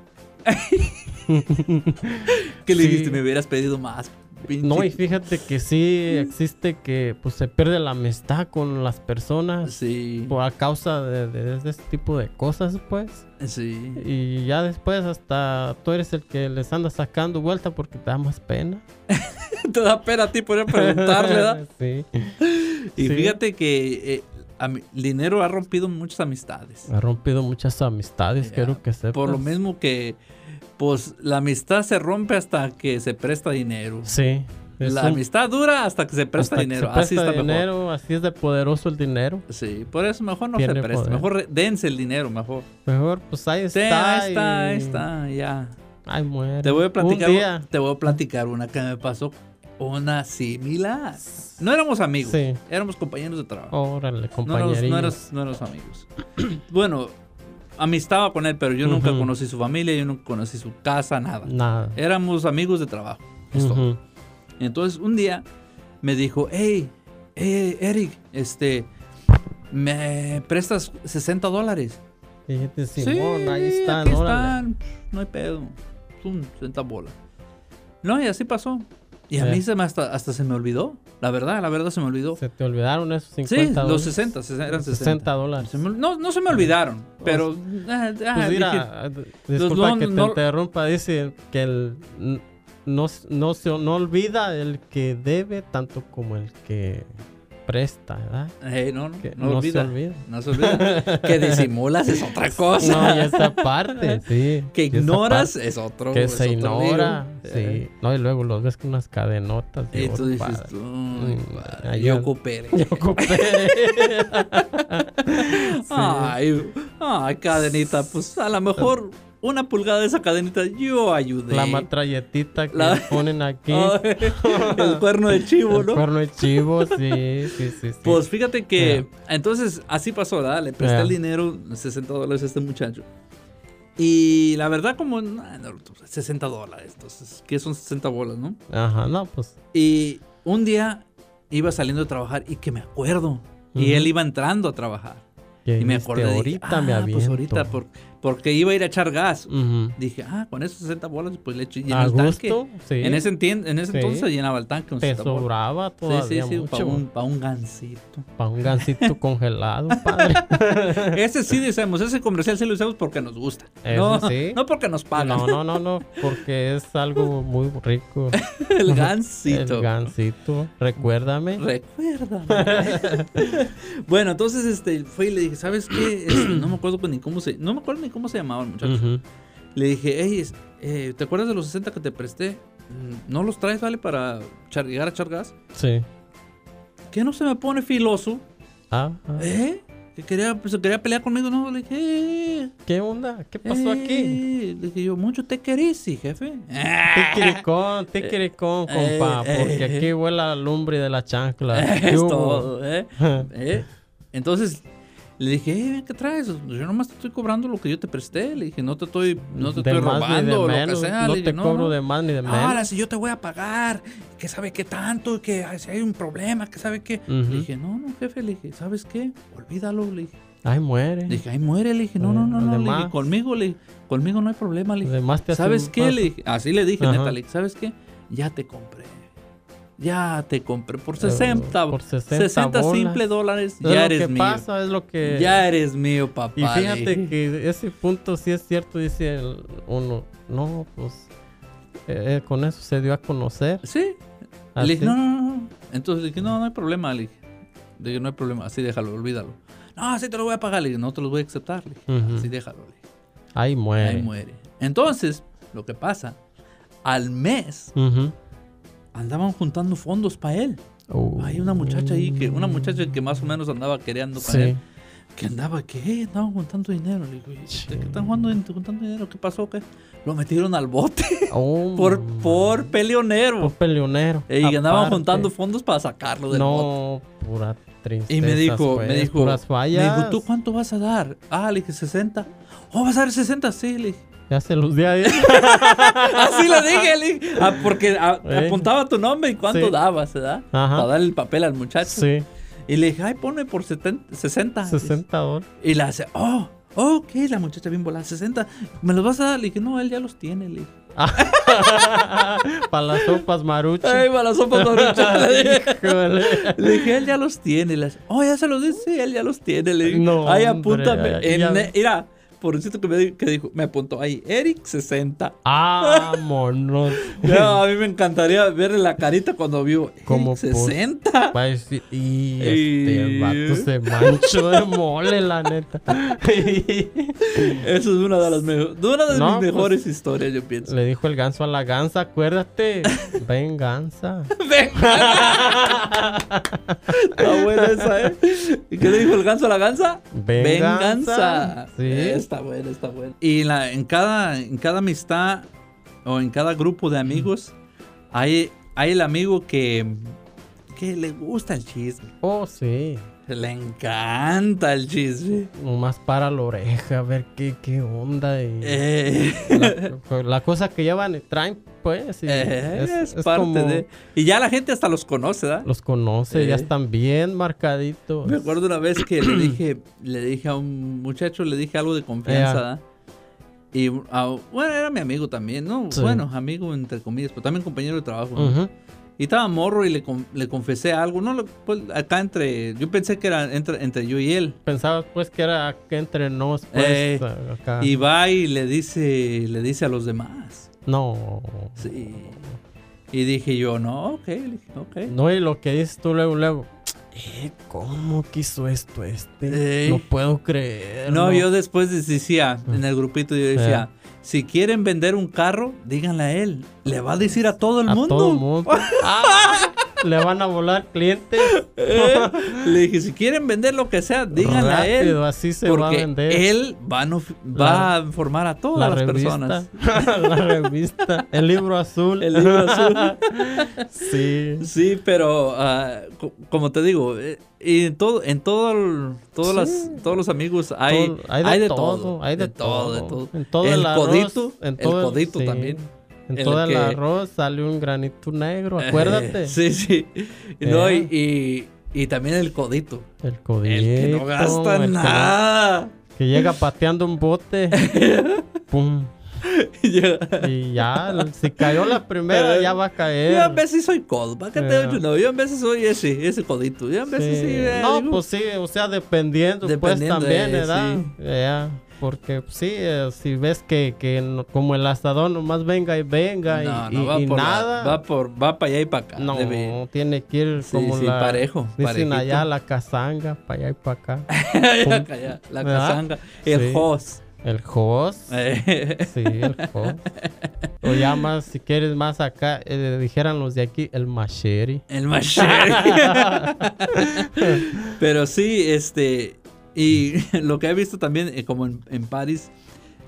Speaker 1: ¿Qué le
Speaker 2: Sí.
Speaker 1: dijiste? Me hubieras pedido más. pinche-
Speaker 2: No, y fíjate que sí existe que pues se pierde la amistad con las personas
Speaker 1: Sí,
Speaker 2: por a causa de, de- de este tipo de cosas, pues.
Speaker 1: sí.
Speaker 2: Y ya después hasta tú eres el que les anda sacando vuelta porque te da más pena.
Speaker 1: Te da pena a ti poder preguntarle, ¿verdad?
Speaker 2: sí.
Speaker 1: Y
Speaker 2: Sí.
Speaker 1: fíjate que eh, a mí- el dinero ha rompido muchas amistades.
Speaker 2: Ha rompido muchas amistades,
Speaker 1: Ya,
Speaker 2: quiero que sepas.
Speaker 1: Por lo mismo que, pues, la amistad se rompe hasta que se presta dinero.
Speaker 2: Sí. es
Speaker 1: La
Speaker 2: un-
Speaker 1: amistad dura hasta que se presta
Speaker 2: hasta que
Speaker 1: dinero.
Speaker 2: se presta
Speaker 1: así está mejor.
Speaker 2: dinero, así es de poderoso el dinero.
Speaker 1: Sí, por eso mejor no se
Speaker 2: Tiene
Speaker 1: presta.
Speaker 2: poder.
Speaker 1: Mejor re- dense el dinero, mejor.
Speaker 2: Mejor, pues ahí
Speaker 1: Sí,
Speaker 2: está.
Speaker 1: ahí está,
Speaker 2: y-
Speaker 1: ahí está, ya.
Speaker 2: Ay, muere.
Speaker 1: Te voy a platicar.
Speaker 2: Un día.
Speaker 1: Te voy a platicar una que me pasó. Una similar. No éramos amigos,
Speaker 2: Sí. Oh,
Speaker 1: éramos compañeros de trabajo.
Speaker 2: Órale,
Speaker 1: No éramos,
Speaker 2: compañerillo.
Speaker 1: no, éramos- no éramos amigos. bueno, amistaba con él, pero yo nunca
Speaker 2: Ujú.
Speaker 1: conocí su familia, yo nunca conocí su casa, nada.
Speaker 2: Nada.
Speaker 1: Éramos amigos de trabajo. es todo.
Speaker 2: Ujú.
Speaker 1: Entonces un día me dijo, hey, eh, Eric, este, ¿me prestas 60 dólares?
Speaker 2: Fíjate, Simón, ahí
Speaker 1: "Sí,
Speaker 2: están,
Speaker 1: aquí
Speaker 2: órale.
Speaker 1: están, pff, No hay pedo. Pum, 60 bolas. No, y así pasó. Y a
Speaker 2: Eh.
Speaker 1: mí se me hasta, hasta se me olvidó. La verdad, la verdad se me olvidó.
Speaker 2: Se te olvidaron esos 50
Speaker 1: Sí, los
Speaker 2: dólares.
Speaker 1: 60, sesen- eran 60.
Speaker 2: 60 dólares.
Speaker 1: Se me- no, no se me olvidaron, pero... ah, ah,
Speaker 2: Pues
Speaker 1: dije,
Speaker 2: mira, ah, disculpa
Speaker 1: no-
Speaker 2: que te
Speaker 1: no-
Speaker 2: interrumpa, dice que el n- no, s- no, se- no olvida el que debe tanto como el que presta, ¿verdad?
Speaker 1: "Ey, "Eh, no, no,
Speaker 2: Que
Speaker 1: no,
Speaker 2: no
Speaker 1: olvida,
Speaker 2: se olvida.
Speaker 1: No se olvida. que disimulas es otra cosa.
Speaker 2: No, y esa parte, sí.
Speaker 1: que
Speaker 2: y esa
Speaker 1: ignoras
Speaker 2: parte
Speaker 1: es otro.
Speaker 2: Que
Speaker 1: es
Speaker 2: se
Speaker 1: otro
Speaker 2: ignora,
Speaker 1: lío.
Speaker 2: sí.
Speaker 1: Eh,
Speaker 2: No, y luego los ves con unas cadenotas.
Speaker 1: Y
Speaker 2: digo,
Speaker 1: tú dices,
Speaker 2: padre.
Speaker 1: tú, ay,
Speaker 2: Mm,
Speaker 1: padre,
Speaker 2: ahí
Speaker 1: yo
Speaker 2: al-
Speaker 1: ocupé.
Speaker 2: Yo ocupé.
Speaker 1: Ay, ay, cadenita, pues a lo mejor una pulgada de esa cadenita yo ayudé.
Speaker 2: La matralletita que
Speaker 1: La-
Speaker 2: ponen aquí.
Speaker 1: Ay, el cuerno de chivo,
Speaker 2: el
Speaker 1: ¿no?
Speaker 2: cuerno de chivo, sí, sí, sí. sí.
Speaker 1: Pues fíjate que entonces así pasó, ¿verdad? Le presté
Speaker 2: Ya.
Speaker 1: el dinero, 60 dólares a este muchacho. Y la verdad como, nah, no, 60 dólares, entonces, que son 60 bolas, ¿no?
Speaker 2: Ajá, no, pues.
Speaker 1: Y un día iba saliendo de trabajar y que me acuerdo. Y
Speaker 2: Ujú.
Speaker 1: él iba entrando a trabajar.
Speaker 2: que
Speaker 1: Y me
Speaker 2: dijiste,
Speaker 1: acordé.
Speaker 2: Ahorita
Speaker 1: dije,
Speaker 2: me
Speaker 1: "Ah,
Speaker 2: aviento.
Speaker 1: Pues ahorita, por- porque iba a ir a echar gas.
Speaker 2: Ujú.
Speaker 1: Dije, ah, con esos 60 bolas, pues le eché
Speaker 2: A
Speaker 1: lleno el tanque.
Speaker 2: gusto, sí.
Speaker 1: En ese, entien- en ese
Speaker 2: Sí.
Speaker 1: entonces llenaba el tanque con
Speaker 2: te
Speaker 1: 60 bolas.
Speaker 2: sobraba
Speaker 1: Sí,
Speaker 2: todavía
Speaker 1: sí, sí,
Speaker 2: mucho.
Speaker 1: para un, pa' un gansito.
Speaker 2: Para un gansito congelado, padre.
Speaker 1: Ese sí deseamos, ese comercial sí lo usamos porque nos gusta.
Speaker 2: Ese
Speaker 1: no,
Speaker 2: sí.
Speaker 1: no porque nos pagan.
Speaker 2: No, no, no, no, porque es algo muy rico.
Speaker 1: El gansito.
Speaker 2: El gansito, recuérdame.
Speaker 1: Recuerda. bueno, entonces este fue y le dije, ¿sabes qué? Este, no me acuerdo pues, ni cómo se, no me acuerdo ni cómo se llamaba el muchacho.
Speaker 2: Ujú.
Speaker 1: Le dije, hey, es- eh, ¿te acuerdas de los 60 que te presté? Mm, ¿No los traes, vale, para char- llegar a echar gas?
Speaker 2: Sí.
Speaker 1: ¿Qué no se me pone filoso?
Speaker 2: Ah, ah.
Speaker 1: ¿Eh? Que quería, pues, quería pelear conmigo, no, le dije, "Eh,
Speaker 2: ¿Qué onda? ¿Qué pasó aquí?
Speaker 1: eh". Le dije yo, mucho te querés, sí, jefe.
Speaker 2: Tiquiricón, tiquiricón,
Speaker 1: Eh,
Speaker 2: compa,
Speaker 1: eh,
Speaker 2: porque
Speaker 1: eh.
Speaker 2: aquí huele a lumbre de la chancla. ¿Qué
Speaker 1: Es
Speaker 2: hubo?
Speaker 1: todo, ¿eh? ¿Eh? Entonces le dije, "Eh, ¿qué traes? Yo nomás te estoy cobrando lo que yo te presté. Le dije, no te estoy, no te
Speaker 2: De
Speaker 1: estoy
Speaker 2: más ni de
Speaker 1: robando, lo que
Speaker 2: menos,
Speaker 1: sea.
Speaker 2: No
Speaker 1: Le dije,
Speaker 2: te cobro de más ni de menos.
Speaker 1: Ahora, si yo te voy a pagar, que sabe qué tanto, que ay, si hay un problema, que sabe qué.
Speaker 2: Ujú.
Speaker 1: Le dije, no, no, jefe, le dije, ¿sabes qué? Olvídalo, le dije.
Speaker 2: Ay, muere.
Speaker 1: Le dije, ay, muere, le dije, no, no,
Speaker 2: Eh,
Speaker 1: no, no, le dije,
Speaker 2: Además.
Speaker 1: conmigo, le dije, conmigo no hay problema, le dije.
Speaker 2: Además te hace
Speaker 1: ¿Sabes
Speaker 2: un
Speaker 1: qué?
Speaker 2: paso.
Speaker 1: Le dije, así le dije,
Speaker 2: Ajá.
Speaker 1: neta, le dije, ¿sabes qué? Ya te compré. Ya te compré por 60.
Speaker 2: Eh, por 60 bolas.
Speaker 1: simple dólares.
Speaker 2: Es
Speaker 1: Ya
Speaker 2: lo que
Speaker 1: eres mío.
Speaker 2: pasa, es lo que...
Speaker 1: Ya eres mío, papá.
Speaker 2: Y
Speaker 1: le
Speaker 2: fíjate
Speaker 1: dije.
Speaker 2: que ese punto sí es cierto, dice el uno. No, pues eh, eh, con eso se dio a conocer.
Speaker 1: Sí. Le
Speaker 2: así.
Speaker 1: dije, no, no, no, no. Entonces le dije, no, no hay problema, le dije. Le dije, no hay problema, así déjalo, olvídalo. No, así te lo voy a pagar, le dije, no te los voy a aceptar, le dije.
Speaker 2: Ujú.
Speaker 1: Así déjalo, le dije.
Speaker 2: Ahí muere.
Speaker 1: Ahí muere. Entonces, lo que pasa, al mes
Speaker 2: Ujú.
Speaker 1: andaban juntando fondos para él.
Speaker 2: Uh,
Speaker 1: Hay una muchacha ahí que, una muchacha que más o menos andaba quereando con
Speaker 2: Sí.
Speaker 1: él. Que andaba, ¿qué? Andaban juntando dinero. Le digo, "¿Y ¿de qué están jugando- juntando dinero? ¿Qué pasó? ¿Qué? Lo metieron al bote
Speaker 2: Oh,
Speaker 1: por,
Speaker 2: man.
Speaker 1: por
Speaker 2: Por
Speaker 1: peleonero.
Speaker 2: peleonero.
Speaker 1: Y andaban
Speaker 2: Aparte.
Speaker 1: juntando fondos para sacarlo del bote.
Speaker 2: No, pura tristeza.
Speaker 1: Y me dijo,
Speaker 2: pues,
Speaker 1: me dijo,
Speaker 2: puras fallas.
Speaker 1: me dijo, ¿tú cuánto vas a dar? Ah, le dije, 60. ¿Oh, vas a dar 60? Sí, le dije.
Speaker 2: Ya se los di a ella.
Speaker 1: Así lo dije, le dije. Ah, porque a-
Speaker 2: Eh.
Speaker 1: apuntaba tu nombre y cuánto
Speaker 2: Sí.
Speaker 1: dabas, ¿verdad?
Speaker 2: Ajá.
Speaker 1: Para darle el papel al muchacho.
Speaker 2: sí,
Speaker 1: Y le dije, ay, ponme por 70, 60.
Speaker 2: 60 dólares.
Speaker 1: Y la hace, oh, ok, la muchacha bien volada, 60. ¿Me los vas a dar? Le dije, no, él ya los tiene, le dije.
Speaker 2: Para las sopas maruchi.
Speaker 1: Ay, para la sopa marucha, le dije.
Speaker 2: Híjole.
Speaker 1: Le dije, él ya los tiene. Le hace, oh, ya se los dice, sí, él ya los tiene. Le dije,
Speaker 2: No,
Speaker 1: ay,
Speaker 2: hombre,
Speaker 1: apúntame.
Speaker 2: ay,
Speaker 1: En-
Speaker 2: ya-
Speaker 1: eh, mira, por cierto que me di- que dijo, me apuntó ahí, Eric 60.
Speaker 2: Vámonos.
Speaker 1: Ya, a mí me encantaría ver la carita cuando vio
Speaker 2: ¿Cómo
Speaker 1: Eric 60.
Speaker 2: Va a decir, y
Speaker 1: Y-
Speaker 2: este vato se manchó de mole, la neta.
Speaker 1: Eso es una de las mejo- de una de
Speaker 2: No,
Speaker 1: mis
Speaker 2: pues-
Speaker 1: mejores historias, yo pienso.
Speaker 2: Le dijo el ganso a la gansa, acuérdate. Venganza.
Speaker 1: Está buena esa, ¿eh? ¿Y qué le dijo el ganso a la gansa?
Speaker 2: Venganza. Sí.
Speaker 1: Eh, Está buena, está buena. Y la, en, cada, en cada amistad o en cada grupo de amigos hay, hay el amigo que, que le gusta el chisme.
Speaker 2: Oh, sí.
Speaker 1: Le encanta el chisme.
Speaker 2: Nomás para la oreja, a ver qué, qué onda. y-
Speaker 1: Eh,
Speaker 2: La, la cosa que llevan y traen, pues. y
Speaker 1: eh, es,
Speaker 2: es
Speaker 1: parte
Speaker 2: como
Speaker 1: de... Y ya la gente hasta los conoce, ¿verdad?
Speaker 2: Los conoce, ya
Speaker 1: Eh.
Speaker 2: están bien marcaditos.
Speaker 1: Me acuerdo una vez que le dije, le dije a un muchacho, le dije algo de confianza,
Speaker 2: Ea.
Speaker 1: ¿da? Y a- bueno, era mi amigo también, ¿no?
Speaker 2: Sí.
Speaker 1: Bueno, amigo entre comillas, pero también compañero de trabajo. ¿no?
Speaker 2: Ujú.
Speaker 1: Y estaba morro y le, con- le confesé algo, ¿no? Lo- pues, acá entre, yo pensé que era entre, entre yo y él.
Speaker 2: Pensaba, pues, que era que entre nos, pues.
Speaker 1: Eh,
Speaker 2: acá.
Speaker 1: Y va y le dice, le dice a los demás.
Speaker 2: No.
Speaker 1: Sí. Y dije yo, no, ok, le dije, ok.
Speaker 2: No, y lo que dices tú luego, luego. Eh, ¿Cómo quiso esto este?
Speaker 1: Ey.
Speaker 2: No puedo creer.
Speaker 1: No, yo después des- decía en el grupito, yo decía, si quieren vender un carro, díganle a él. Le va a decir a todo el
Speaker 2: A
Speaker 1: mundo.
Speaker 2: todo mundo. Ah, le van a volar clientes.
Speaker 1: Eh, Le dije, si quieren vender lo que sea, díganle a
Speaker 2: Rápido,
Speaker 1: él.
Speaker 2: así se va a
Speaker 1: Porque
Speaker 2: vender.
Speaker 1: él va a, nof- va a informar a todas las personas.
Speaker 2: la revista. El libro azul.
Speaker 1: El libro azul.
Speaker 2: sí.
Speaker 1: Sí, pero ah, co- como te digo, eh, y en todo, en todo, el- todas
Speaker 2: Sí.
Speaker 1: las, todos los amigos hay,
Speaker 2: Todo-
Speaker 1: hay, de, todo,
Speaker 2: Hay de, todo,
Speaker 1: de todo.
Speaker 2: En todo
Speaker 1: el,
Speaker 2: el arroz,
Speaker 1: codito,
Speaker 2: en
Speaker 1: el
Speaker 2: todo
Speaker 1: codito
Speaker 2: sí.
Speaker 1: también.
Speaker 2: En
Speaker 1: El
Speaker 2: todo el
Speaker 1: que-
Speaker 2: arroz sale un granito negro, acuérdate.
Speaker 1: Sí, sí. No, y,
Speaker 2: Eh.
Speaker 1: y- y también el codito.
Speaker 2: El codito.
Speaker 1: El que no gasta
Speaker 2: el que no-
Speaker 1: nada.
Speaker 2: que llega pateando un bote. Pum.
Speaker 1: yo,
Speaker 2: Y ya, si cayó la primera, ya va a caer.
Speaker 1: yo a veces soy codo. ¿Para qué te
Speaker 2: Eh.
Speaker 1: digo? No, yo a veces soy ese, ese codito. Yo a
Speaker 2: Sí.
Speaker 1: veces sí. eh,
Speaker 2: no,
Speaker 1: digo,
Speaker 2: pues sí, o sea, dependiendo,
Speaker 1: Dependiendo,
Speaker 2: pues también,
Speaker 1: eh,
Speaker 2: ¿verdad?
Speaker 1: sí.
Speaker 2: Ya, Porque pues, sí, eh, si ves que, que no- como el asador nomás venga y venga y-
Speaker 1: no,
Speaker 2: y,
Speaker 1: no, va
Speaker 2: y
Speaker 1: por la-
Speaker 2: nada,
Speaker 1: va por, va para allá y para acá.
Speaker 2: no,
Speaker 1: debe-
Speaker 2: tiene que ir
Speaker 1: Sí,
Speaker 2: como
Speaker 1: sí,
Speaker 2: la...
Speaker 1: parejo,
Speaker 2: Dicen
Speaker 1: parejito.
Speaker 2: allá la cazanga, para allá y para acá.
Speaker 1: Allá, allá, la
Speaker 2: ¿Verdad?
Speaker 1: casanga, el
Speaker 2: Sí.
Speaker 1: host.
Speaker 2: El host.
Speaker 1: Eh,
Speaker 2: Sí, el host. O ya más, si quieres más acá, eh, dijeran los de aquí, el macheri.
Speaker 1: El machete. Pero sí, este. Y lo que he visto también, eh, como en, en París,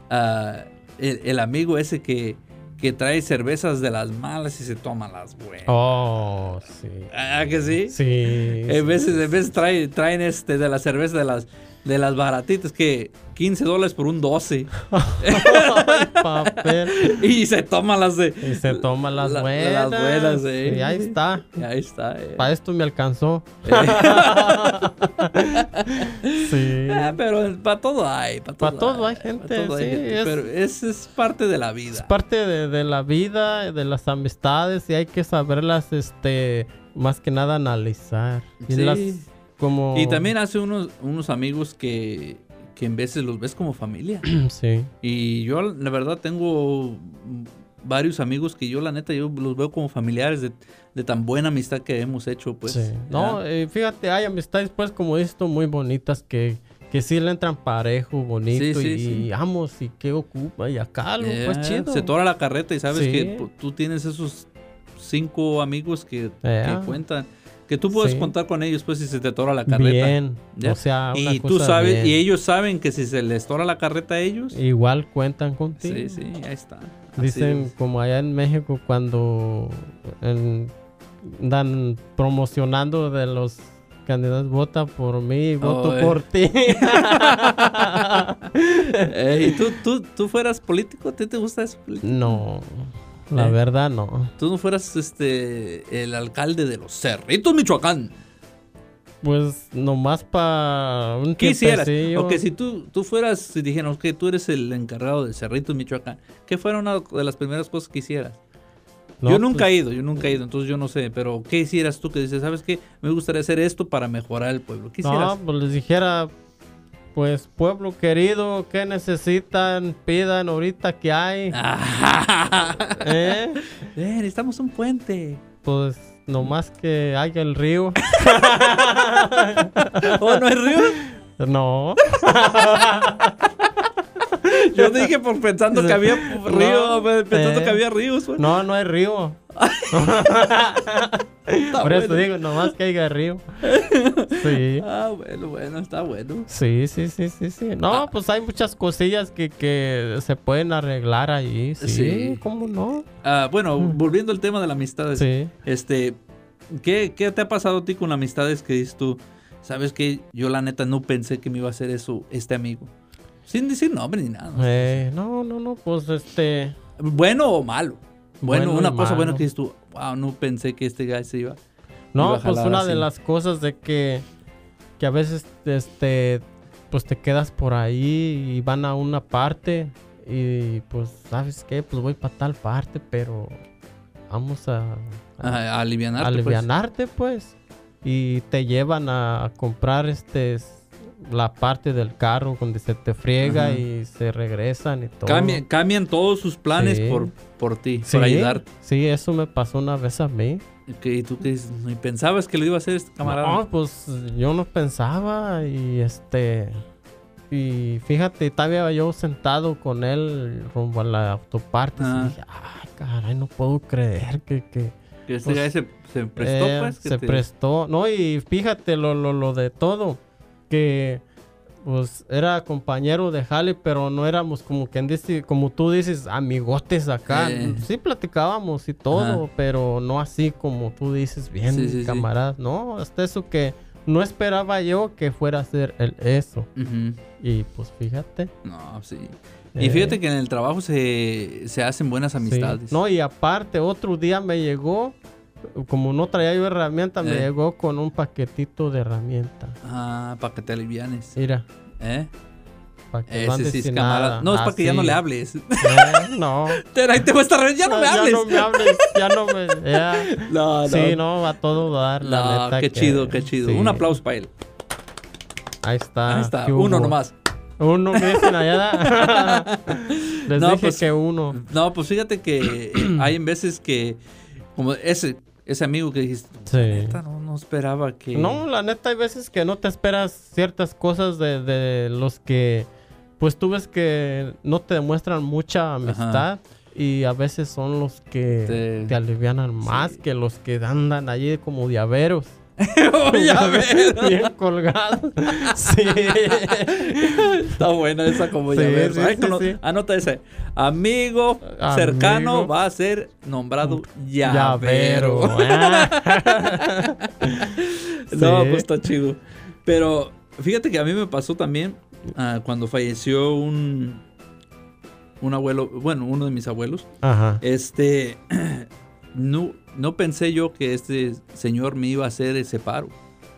Speaker 1: ah, el, el amigo ese que, que trae cervezas de las malas y se toma las buenas.
Speaker 2: Oh, sí.
Speaker 1: ¿Ah, que sí?
Speaker 2: Sí.
Speaker 1: Eh, En veces, en veces trae- traen este de la cerveza de las De las baratitas que 15 dólares por un 12.
Speaker 2: Ay, papel.
Speaker 1: Y se toma las de.
Speaker 2: Y se toma las
Speaker 1: La-
Speaker 2: buenas.
Speaker 1: las buenas, eh.
Speaker 2: Y ahí está.
Speaker 1: Y ahí está. eh.
Speaker 2: Para esto me alcanzó. sí.
Speaker 1: Eh, pero para todo hay. Para todo,
Speaker 2: Pa' todo hay
Speaker 1: pa'
Speaker 2: gente,
Speaker 1: todo hay
Speaker 2: sí,
Speaker 1: gente.
Speaker 2: es-
Speaker 1: Pero esa es parte de la vida.
Speaker 2: Es parte de, de la vida, de las amistades y hay que saberlas, este, más que nada analizar. Y
Speaker 1: Sí.
Speaker 2: las como...
Speaker 1: Y también hace unos, unos amigos que, que en veces los ves como familia.
Speaker 2: Sí.
Speaker 1: Y yo, la verdad, tengo varios amigos que yo, la neta, yo los veo como familiares de, de tan buena amistad que hemos hecho, pues.
Speaker 2: sí. No,
Speaker 1: ¿verdad?
Speaker 2: eh, fíjate, hay amistades, pues, como esto, muy bonitas que... Que sí le entran parejo, bonito,
Speaker 1: Sí, sí,
Speaker 2: y,
Speaker 1: sí.
Speaker 2: y amos, y qué ocupa, y acá algo,
Speaker 1: Eh,
Speaker 2: pues chido.
Speaker 1: Se tora la carreta y sabes
Speaker 2: Sí.
Speaker 1: que pu- tú tienes esos cinco amigos que,
Speaker 2: Eh.
Speaker 1: que cuentan. Que tú puedes
Speaker 2: Sí.
Speaker 1: contar con ellos, pues, si se te tora la carreta.
Speaker 2: Bien.
Speaker 1: ¿ya?
Speaker 2: O sea, una
Speaker 1: y tú
Speaker 2: cosa
Speaker 1: sabes,
Speaker 2: bien.
Speaker 1: y ellos saben que si se les tora la carreta a ellos.
Speaker 2: Igual cuentan contigo.
Speaker 1: Sí, sí, ahí está. Así
Speaker 2: Dicen
Speaker 1: es.
Speaker 2: como allá en México cuando en- dan promocionando de los candidatos vota por mí, voto
Speaker 1: eh.
Speaker 2: por ti.
Speaker 1: Eh, ¿Y tú, tú, tú fueras político? ¿A ti te gusta eso?
Speaker 2: no, la
Speaker 1: Eh.
Speaker 2: verdad no.
Speaker 1: Tú no fueras este el alcalde de los Cerritos, Michoacán.
Speaker 2: Pues nomás para un
Speaker 1: ¿Qué hicieras?
Speaker 2: tiempecillo.
Speaker 1: O que si tú, tú fueras, si dijeran que tú eres el encargado de Cerritos, Michoacán, ¿qué fuera una de las primeras cosas que hicieras?
Speaker 2: No,
Speaker 1: yo nunca
Speaker 2: pues,
Speaker 1: he ido, yo nunca he ido, entonces yo no sé, pero ¿qué hicieras tú que dices, sabes qué? Me gustaría hacer esto para mejorar el pueblo. ¿Qué hicieras?
Speaker 2: No, pues les dijera, pues pueblo querido, ¿qué necesitan? Pidan ahorita que hay.
Speaker 1: Eh,
Speaker 2: ¿Eh?
Speaker 1: necesitamos un puente.
Speaker 2: Pues nomás que haya el río.
Speaker 1: ¿Oh, no es río?
Speaker 2: No.
Speaker 1: Yo dije por pensando que había río,
Speaker 2: No,
Speaker 1: pensando
Speaker 2: eh.
Speaker 1: que había ríos. güey.
Speaker 2: No, no hay río.
Speaker 1: Está
Speaker 2: Por eso
Speaker 1: Ah, bueno.
Speaker 2: digo, nomás que haya río. Sí.
Speaker 1: Ah, bueno, bueno, está bueno.
Speaker 2: Sí, sí, sí, sí, sí.
Speaker 1: Ah.
Speaker 2: No, pues hay muchas cosillas que, que se pueden arreglar ahí. Sí,
Speaker 1: Sí. Pues
Speaker 2: ¿cómo no?
Speaker 1: Ah, bueno,
Speaker 2: Mm.
Speaker 1: volviendo al tema de la amistad.
Speaker 2: Sí.
Speaker 1: Este, ¿qué, ¿qué te ha pasado a ti con amistades que dices tú? Sabes que yo la neta no pensé que me iba a hacer eso este amigo. Sin decir nombre ni nada.
Speaker 2: Eh, no, no, no, pues este...
Speaker 1: Bueno o malo. Bueno,
Speaker 2: Bueno y
Speaker 1: una cosa buena
Speaker 2: malo.
Speaker 1: que dices tú, wow, no pensé que este guy se iba.
Speaker 2: No,
Speaker 1: Iba a
Speaker 2: pues
Speaker 1: jalar
Speaker 2: una de
Speaker 1: así.
Speaker 2: las cosas de que, que a veces, este, pues te quedas por ahí y van a una parte y pues, ¿sabes qué? Pues voy para tal parte, pero vamos a, a
Speaker 1: A, a alivianarte, pues.
Speaker 2: alivianarte, pues. Y te llevan a, a comprar, este, s- la parte del carro donde se te friega
Speaker 1: Ajá.
Speaker 2: y se regresan y todo.
Speaker 1: Cambian, cambian todos sus planes
Speaker 2: Sí.
Speaker 1: por, por ti,
Speaker 2: Sí,
Speaker 1: por ayudarte.
Speaker 2: Sí, eso me pasó una vez a mí.
Speaker 1: Ok, ¿Y tú qué dices? ¿Y pensabas que lo iba a hacer este camarada?
Speaker 2: No, pues yo no pensaba y este... Y fíjate, estaba yo sentado con él rumbo a la autoparte
Speaker 1: Ah.
Speaker 2: y dije, ay, caray, no puedo creer que... que
Speaker 1: que este
Speaker 2: pues,
Speaker 1: guy se, se prestó,
Speaker 2: eh,
Speaker 1: pues. que
Speaker 2: se
Speaker 1: te-
Speaker 2: prestó. No, y fíjate lo, lo, lo de todo, que pues era compañero de Jale, pero no éramos como quien dice, como tú dices, amigotes acá.
Speaker 1: Eh.
Speaker 2: Sí platicábamos y todo, pero no así como tú dices, bien,
Speaker 1: Sí, sí, sí.
Speaker 2: camaradas. No, hasta eso que no esperaba yo que fuera a ser el eso.
Speaker 1: Ujú.
Speaker 2: Y pues fíjate.
Speaker 1: No, sí. Y fíjate que en el trabajo se, se hacen buenas
Speaker 2: Eh. Sí.
Speaker 1: amistades.
Speaker 2: No, y aparte, otro día me llegó, como no traía yo herramienta, me
Speaker 1: Eh.
Speaker 2: llegó con un paquetito de herramientas.
Speaker 1: Ah, para que te alivianes.
Speaker 2: Mira,
Speaker 1: ¿Eh?
Speaker 2: para que no
Speaker 1: Ese
Speaker 2: andes
Speaker 1: sí es
Speaker 2: sin
Speaker 1: camarada.
Speaker 2: nada. Ah,
Speaker 1: No, es para que ya no
Speaker 2: Así.
Speaker 1: le hables.
Speaker 2: Eh, no.
Speaker 1: Te, ahí te va a estar re- ya no me hables. Ah,
Speaker 2: Ya no me hables, ya no me... ya.
Speaker 1: No, no.
Speaker 2: Sí, no, a todo dar, la
Speaker 1: No,
Speaker 2: neta
Speaker 1: qué
Speaker 2: que-
Speaker 1: chido, qué chido.
Speaker 2: sí.
Speaker 1: Un aplauso para él.
Speaker 2: Ahí está.
Speaker 1: Ahí está,
Speaker 2: ¿qué
Speaker 1: uno
Speaker 2: hubo?
Speaker 1: nomás.
Speaker 2: Uno, me dicen allá. Les
Speaker 1: No,
Speaker 2: dije
Speaker 1: pues-
Speaker 2: que uno.
Speaker 1: No, pues fíjate que eh, hay en veces que, como ese, ese amigo que dijiste,
Speaker 2: Sí.
Speaker 1: "Neta, no, no esperaba que.
Speaker 2: No, la neta, hay veces que no te esperas ciertas cosas de, de los que, pues tú ves que no te demuestran mucha amistad y a veces son los que
Speaker 1: Te-
Speaker 2: te, alivianan más que los que andan allí como diaberos.
Speaker 1: Voy a ver.
Speaker 2: Bien colgados. sí.
Speaker 1: Está buena esa como ya
Speaker 2: Sí,
Speaker 1: ves.
Speaker 2: sí,
Speaker 1: Ay,
Speaker 2: sí,
Speaker 1: cono-
Speaker 2: sí.
Speaker 1: Anota ese. Amigo cercano
Speaker 2: Amigo.
Speaker 1: va a ser nombrado llavero.
Speaker 2: Llavero. ah.
Speaker 1: No,
Speaker 2: Sí.
Speaker 1: pues está chido. Pero Fíjate que a mí me pasó también ah, cuando falleció un, un abuelo, bueno, uno de mis abuelos.
Speaker 2: Ajá.
Speaker 1: Este, no, no pensé yo que este señor me iba a hacer ese paro.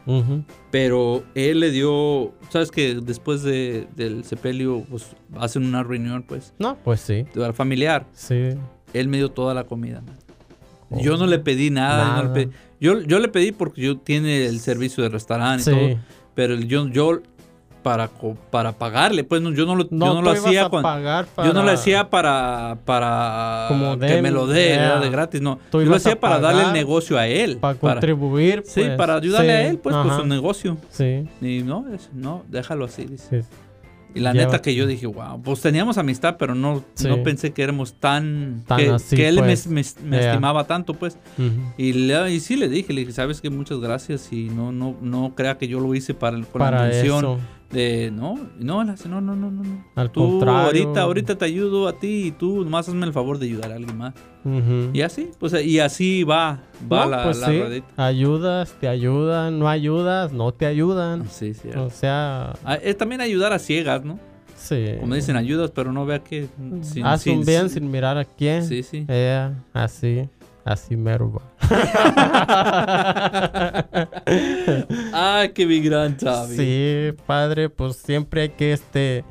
Speaker 2: Ujú.
Speaker 1: Pero él le dio, sabes que después de, del sepelio, pues hacen una reunión, pues,
Speaker 2: No, pues sí.
Speaker 1: familiar.
Speaker 2: Sí.
Speaker 1: Él me dio toda la comida. man.
Speaker 2: Oh.
Speaker 1: Yo no le pedí nada. yo no le
Speaker 2: Nada.
Speaker 1: pedí- Yo, yo le pedí porque yo tiene el servicio de restaurante y
Speaker 2: Sí.
Speaker 1: todo. Pero el- yo, yo para, co- para pagarle, pues no, yo no lo,
Speaker 2: No,
Speaker 1: yo no lo
Speaker 2: tú ibas
Speaker 1: hacía
Speaker 2: a
Speaker 1: cuando-
Speaker 2: pagar
Speaker 1: Yo no lo
Speaker 2: para-
Speaker 1: hacía para, para
Speaker 2: Como
Speaker 1: que me
Speaker 2: den-
Speaker 1: lo dé
Speaker 2: yeah.
Speaker 1: ¿verdad? de gratis, no.
Speaker 2: Tú
Speaker 1: Yo lo
Speaker 2: ibas a
Speaker 1: hacía para darle el
Speaker 2: pagar,
Speaker 1: negocio a él.
Speaker 2: Para
Speaker 1: para-
Speaker 2: contribuir.
Speaker 1: sí,
Speaker 2: pues.
Speaker 1: para ayudarle
Speaker 2: Sí,
Speaker 1: a él, pues, por
Speaker 2: ajá.
Speaker 1: su negocio.
Speaker 2: Sí.
Speaker 1: Y no, es- no, déjalo así, dice.
Speaker 2: sí.
Speaker 1: Y la
Speaker 2: Lleva-
Speaker 1: neta que yo dije, wow, pues teníamos amistad, pero no,
Speaker 2: Sí.
Speaker 1: no pensé que éramos tan...
Speaker 2: Tan
Speaker 1: que,
Speaker 2: así,
Speaker 1: que él me-
Speaker 2: pues.
Speaker 1: me, me
Speaker 2: Yeah.
Speaker 1: estimaba tanto, pues.
Speaker 2: Ujú.
Speaker 1: Y, le- y sí le dije, le dije, sabes que muchas gracias y no, no, no crea que yo lo hice para, con la
Speaker 2: Para
Speaker 1: intención
Speaker 2: eso.
Speaker 1: de... No, no, le hace, no, no, no, no. no.
Speaker 2: Al
Speaker 1: Tú
Speaker 2: contrario.
Speaker 1: ahorita, ahorita te ayudo a ti y tú nomás hazme el favor de ayudar a alguien más.
Speaker 2: Ujú.
Speaker 1: Y así, pues y así va, va
Speaker 2: No,
Speaker 1: la,
Speaker 2: pues
Speaker 1: la
Speaker 2: sí.
Speaker 1: ruedita.
Speaker 2: Ayudas, te ayudan, no ayudas, no te ayudan.
Speaker 1: Ah, Sí, sí.
Speaker 2: O sea,
Speaker 1: Ah, Es también ayudar a ciegas, ¿no?
Speaker 2: sí.
Speaker 1: Como dicen, ayudas, pero no vea que... sin-
Speaker 2: Eh. Haz
Speaker 1: sin-
Speaker 2: un bien sin mirar a quién.
Speaker 1: Sí, sí.
Speaker 2: Eh, así, así mero va.
Speaker 1: Ah, qué mi gran Chavi.
Speaker 2: Eh. Sí, padre, pues siempre hay que este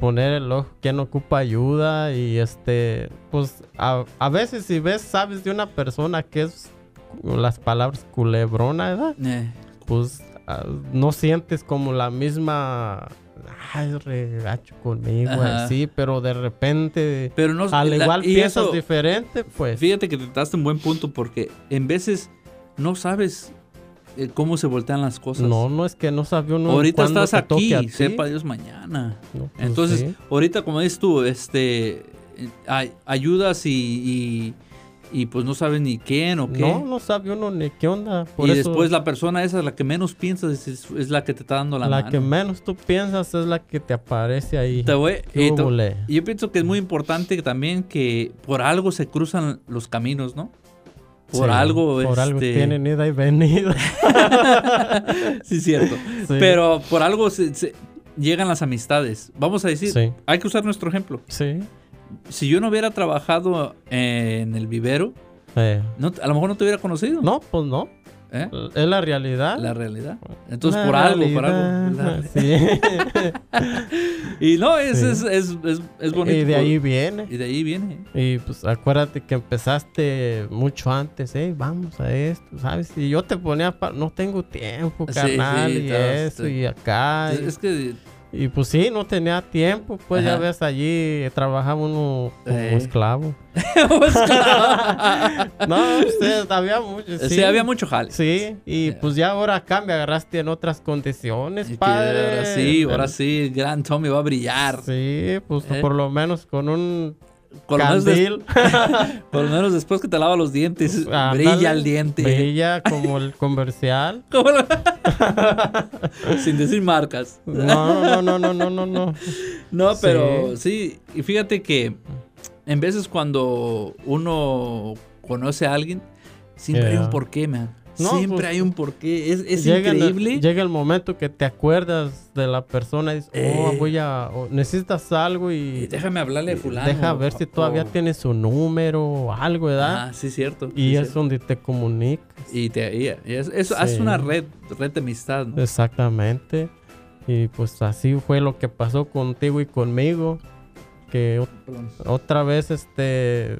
Speaker 2: poner el ojo quien ocupa ayuda y este pues a, a veces si ves sabes de una persona que es las palabras culebrona, ¿verdad?
Speaker 1: Eh,
Speaker 2: Pues ah, no sientes como la misma ay, re gacho conmigo
Speaker 1: Ajá.
Speaker 2: así, pero de repente
Speaker 1: pero no
Speaker 2: al
Speaker 1: la-
Speaker 2: igual
Speaker 1: y
Speaker 2: piensas
Speaker 1: eso,
Speaker 2: diferente, pues.
Speaker 1: Fíjate que te daste un buen punto porque en veces no sabes eh, cómo se voltean las cosas.
Speaker 2: No, no es que no sabía uno
Speaker 1: ahorita
Speaker 2: cuándo
Speaker 1: estás
Speaker 2: te toque
Speaker 1: aquí,
Speaker 2: a ti.
Speaker 1: sepa Dios mañana.
Speaker 2: No, pues,
Speaker 1: Entonces,
Speaker 2: sí.
Speaker 1: ahorita como dices tú, este eh, ay- ayudas y, y, y, pues no sabes ni quién o qué.
Speaker 2: No, no sabe uno ni qué onda. Por
Speaker 1: y
Speaker 2: eso
Speaker 1: después la persona esa, la que menos piensas, es- es, es la que te está dando la,
Speaker 2: la,
Speaker 1: mano.
Speaker 2: que menos tú piensas es la que te aparece ahí.
Speaker 1: Te voy-
Speaker 2: ¿Qué
Speaker 1: y te-
Speaker 2: hubole?
Speaker 1: Y yo pienso que es muy importante que también que por algo se cruzan los caminos, ¿no? Por
Speaker 2: Sí,
Speaker 1: algo,
Speaker 2: Por algo
Speaker 1: este,
Speaker 2: tienen ida y venida.
Speaker 1: Sí, cierto.
Speaker 2: Sí.
Speaker 1: Pero por algo se- se- llegan las amistades. Vamos a decir,
Speaker 2: Sí.
Speaker 1: hay que usar nuestro ejemplo.
Speaker 2: Sí.
Speaker 1: Si yo no hubiera trabajado en el vivero,
Speaker 2: Eh,
Speaker 1: no, a lo mejor no te hubiera conocido.
Speaker 2: No, pues no.
Speaker 1: ¿eh?
Speaker 2: Es la realidad.
Speaker 1: La realidad. Entonces,
Speaker 2: Ah. La
Speaker 1: por algo, por algo.
Speaker 2: realidad,
Speaker 1: la-
Speaker 2: sí.
Speaker 1: Y no, es,
Speaker 2: Sí.
Speaker 1: es, es, es, es bonito.
Speaker 2: y de ahí
Speaker 1: Y
Speaker 2: viene.
Speaker 1: de ahí viene.
Speaker 2: Y pues acuérdate que empezaste mucho antes, eh, vamos a esto, ¿sabes? Y yo te ponía, pa- no tengo tiempo,
Speaker 1: Sí,
Speaker 2: carnal,
Speaker 1: sí,
Speaker 2: y
Speaker 1: todos,
Speaker 2: eso,
Speaker 1: sí.
Speaker 2: y acá.
Speaker 1: Es,
Speaker 2: y-
Speaker 1: es que
Speaker 2: Y pues sí, no tenía tiempo, pues ya
Speaker 1: Ajá.
Speaker 2: ves allí trabajaba uno como
Speaker 1: Eh.
Speaker 2: esclavo. No, usted, había mucho. Sí,
Speaker 1: sí, había mucho jale.
Speaker 2: Sí, y
Speaker 1: Ya.
Speaker 2: pues ya ahora acá me agarraste en otras condiciones,
Speaker 1: Y que
Speaker 2: padre.
Speaker 1: Ahora sí, ahora
Speaker 2: Pero-
Speaker 1: sí, el gran Tommy va a brillar.
Speaker 2: Sí, pues
Speaker 1: Eh.
Speaker 2: por lo menos con un
Speaker 1: Por lo, menos des-
Speaker 2: candil. Pues,
Speaker 1: por lo menos después que te lava los dientes,
Speaker 2: Ándale.
Speaker 1: brilla el diente.
Speaker 2: Brilla como el comercial.
Speaker 1: ¿Cómo lo- Sin decir marcas.
Speaker 2: No, no, no, no, no, no, no.
Speaker 1: No,
Speaker 2: Sí.
Speaker 1: pero sí. y fíjate que en veces cuando uno conoce a alguien, siempre hay
Speaker 2: Yeah.
Speaker 1: un porqué, man.
Speaker 2: No,
Speaker 1: siempre
Speaker 2: pues,
Speaker 1: hay un porqué. Es, es
Speaker 2: Llega en el-
Speaker 1: increíble.
Speaker 2: llega el momento que te acuerdas de la persona y dices, oh,
Speaker 1: Eh.
Speaker 2: voy a, o necesitas algo
Speaker 1: Y
Speaker 2: y
Speaker 1: Déjame hablarle a fulano.
Speaker 2: Eh, Deja ver si todavía
Speaker 1: tiene
Speaker 2: tiene su número o algo, ¿verdad?
Speaker 1: Ah, sí, cierto.
Speaker 2: y
Speaker 1: sí,
Speaker 2: es
Speaker 1: cierto.
Speaker 2: donde te comunicas.
Speaker 1: Y te, y es, eso hace
Speaker 2: Sí.
Speaker 1: una red, red de amistad, ¿no?
Speaker 2: Exactamente. Y pues así fue lo que pasó contigo y conmigo. Que o-
Speaker 1: Perdón.
Speaker 2: otra vez este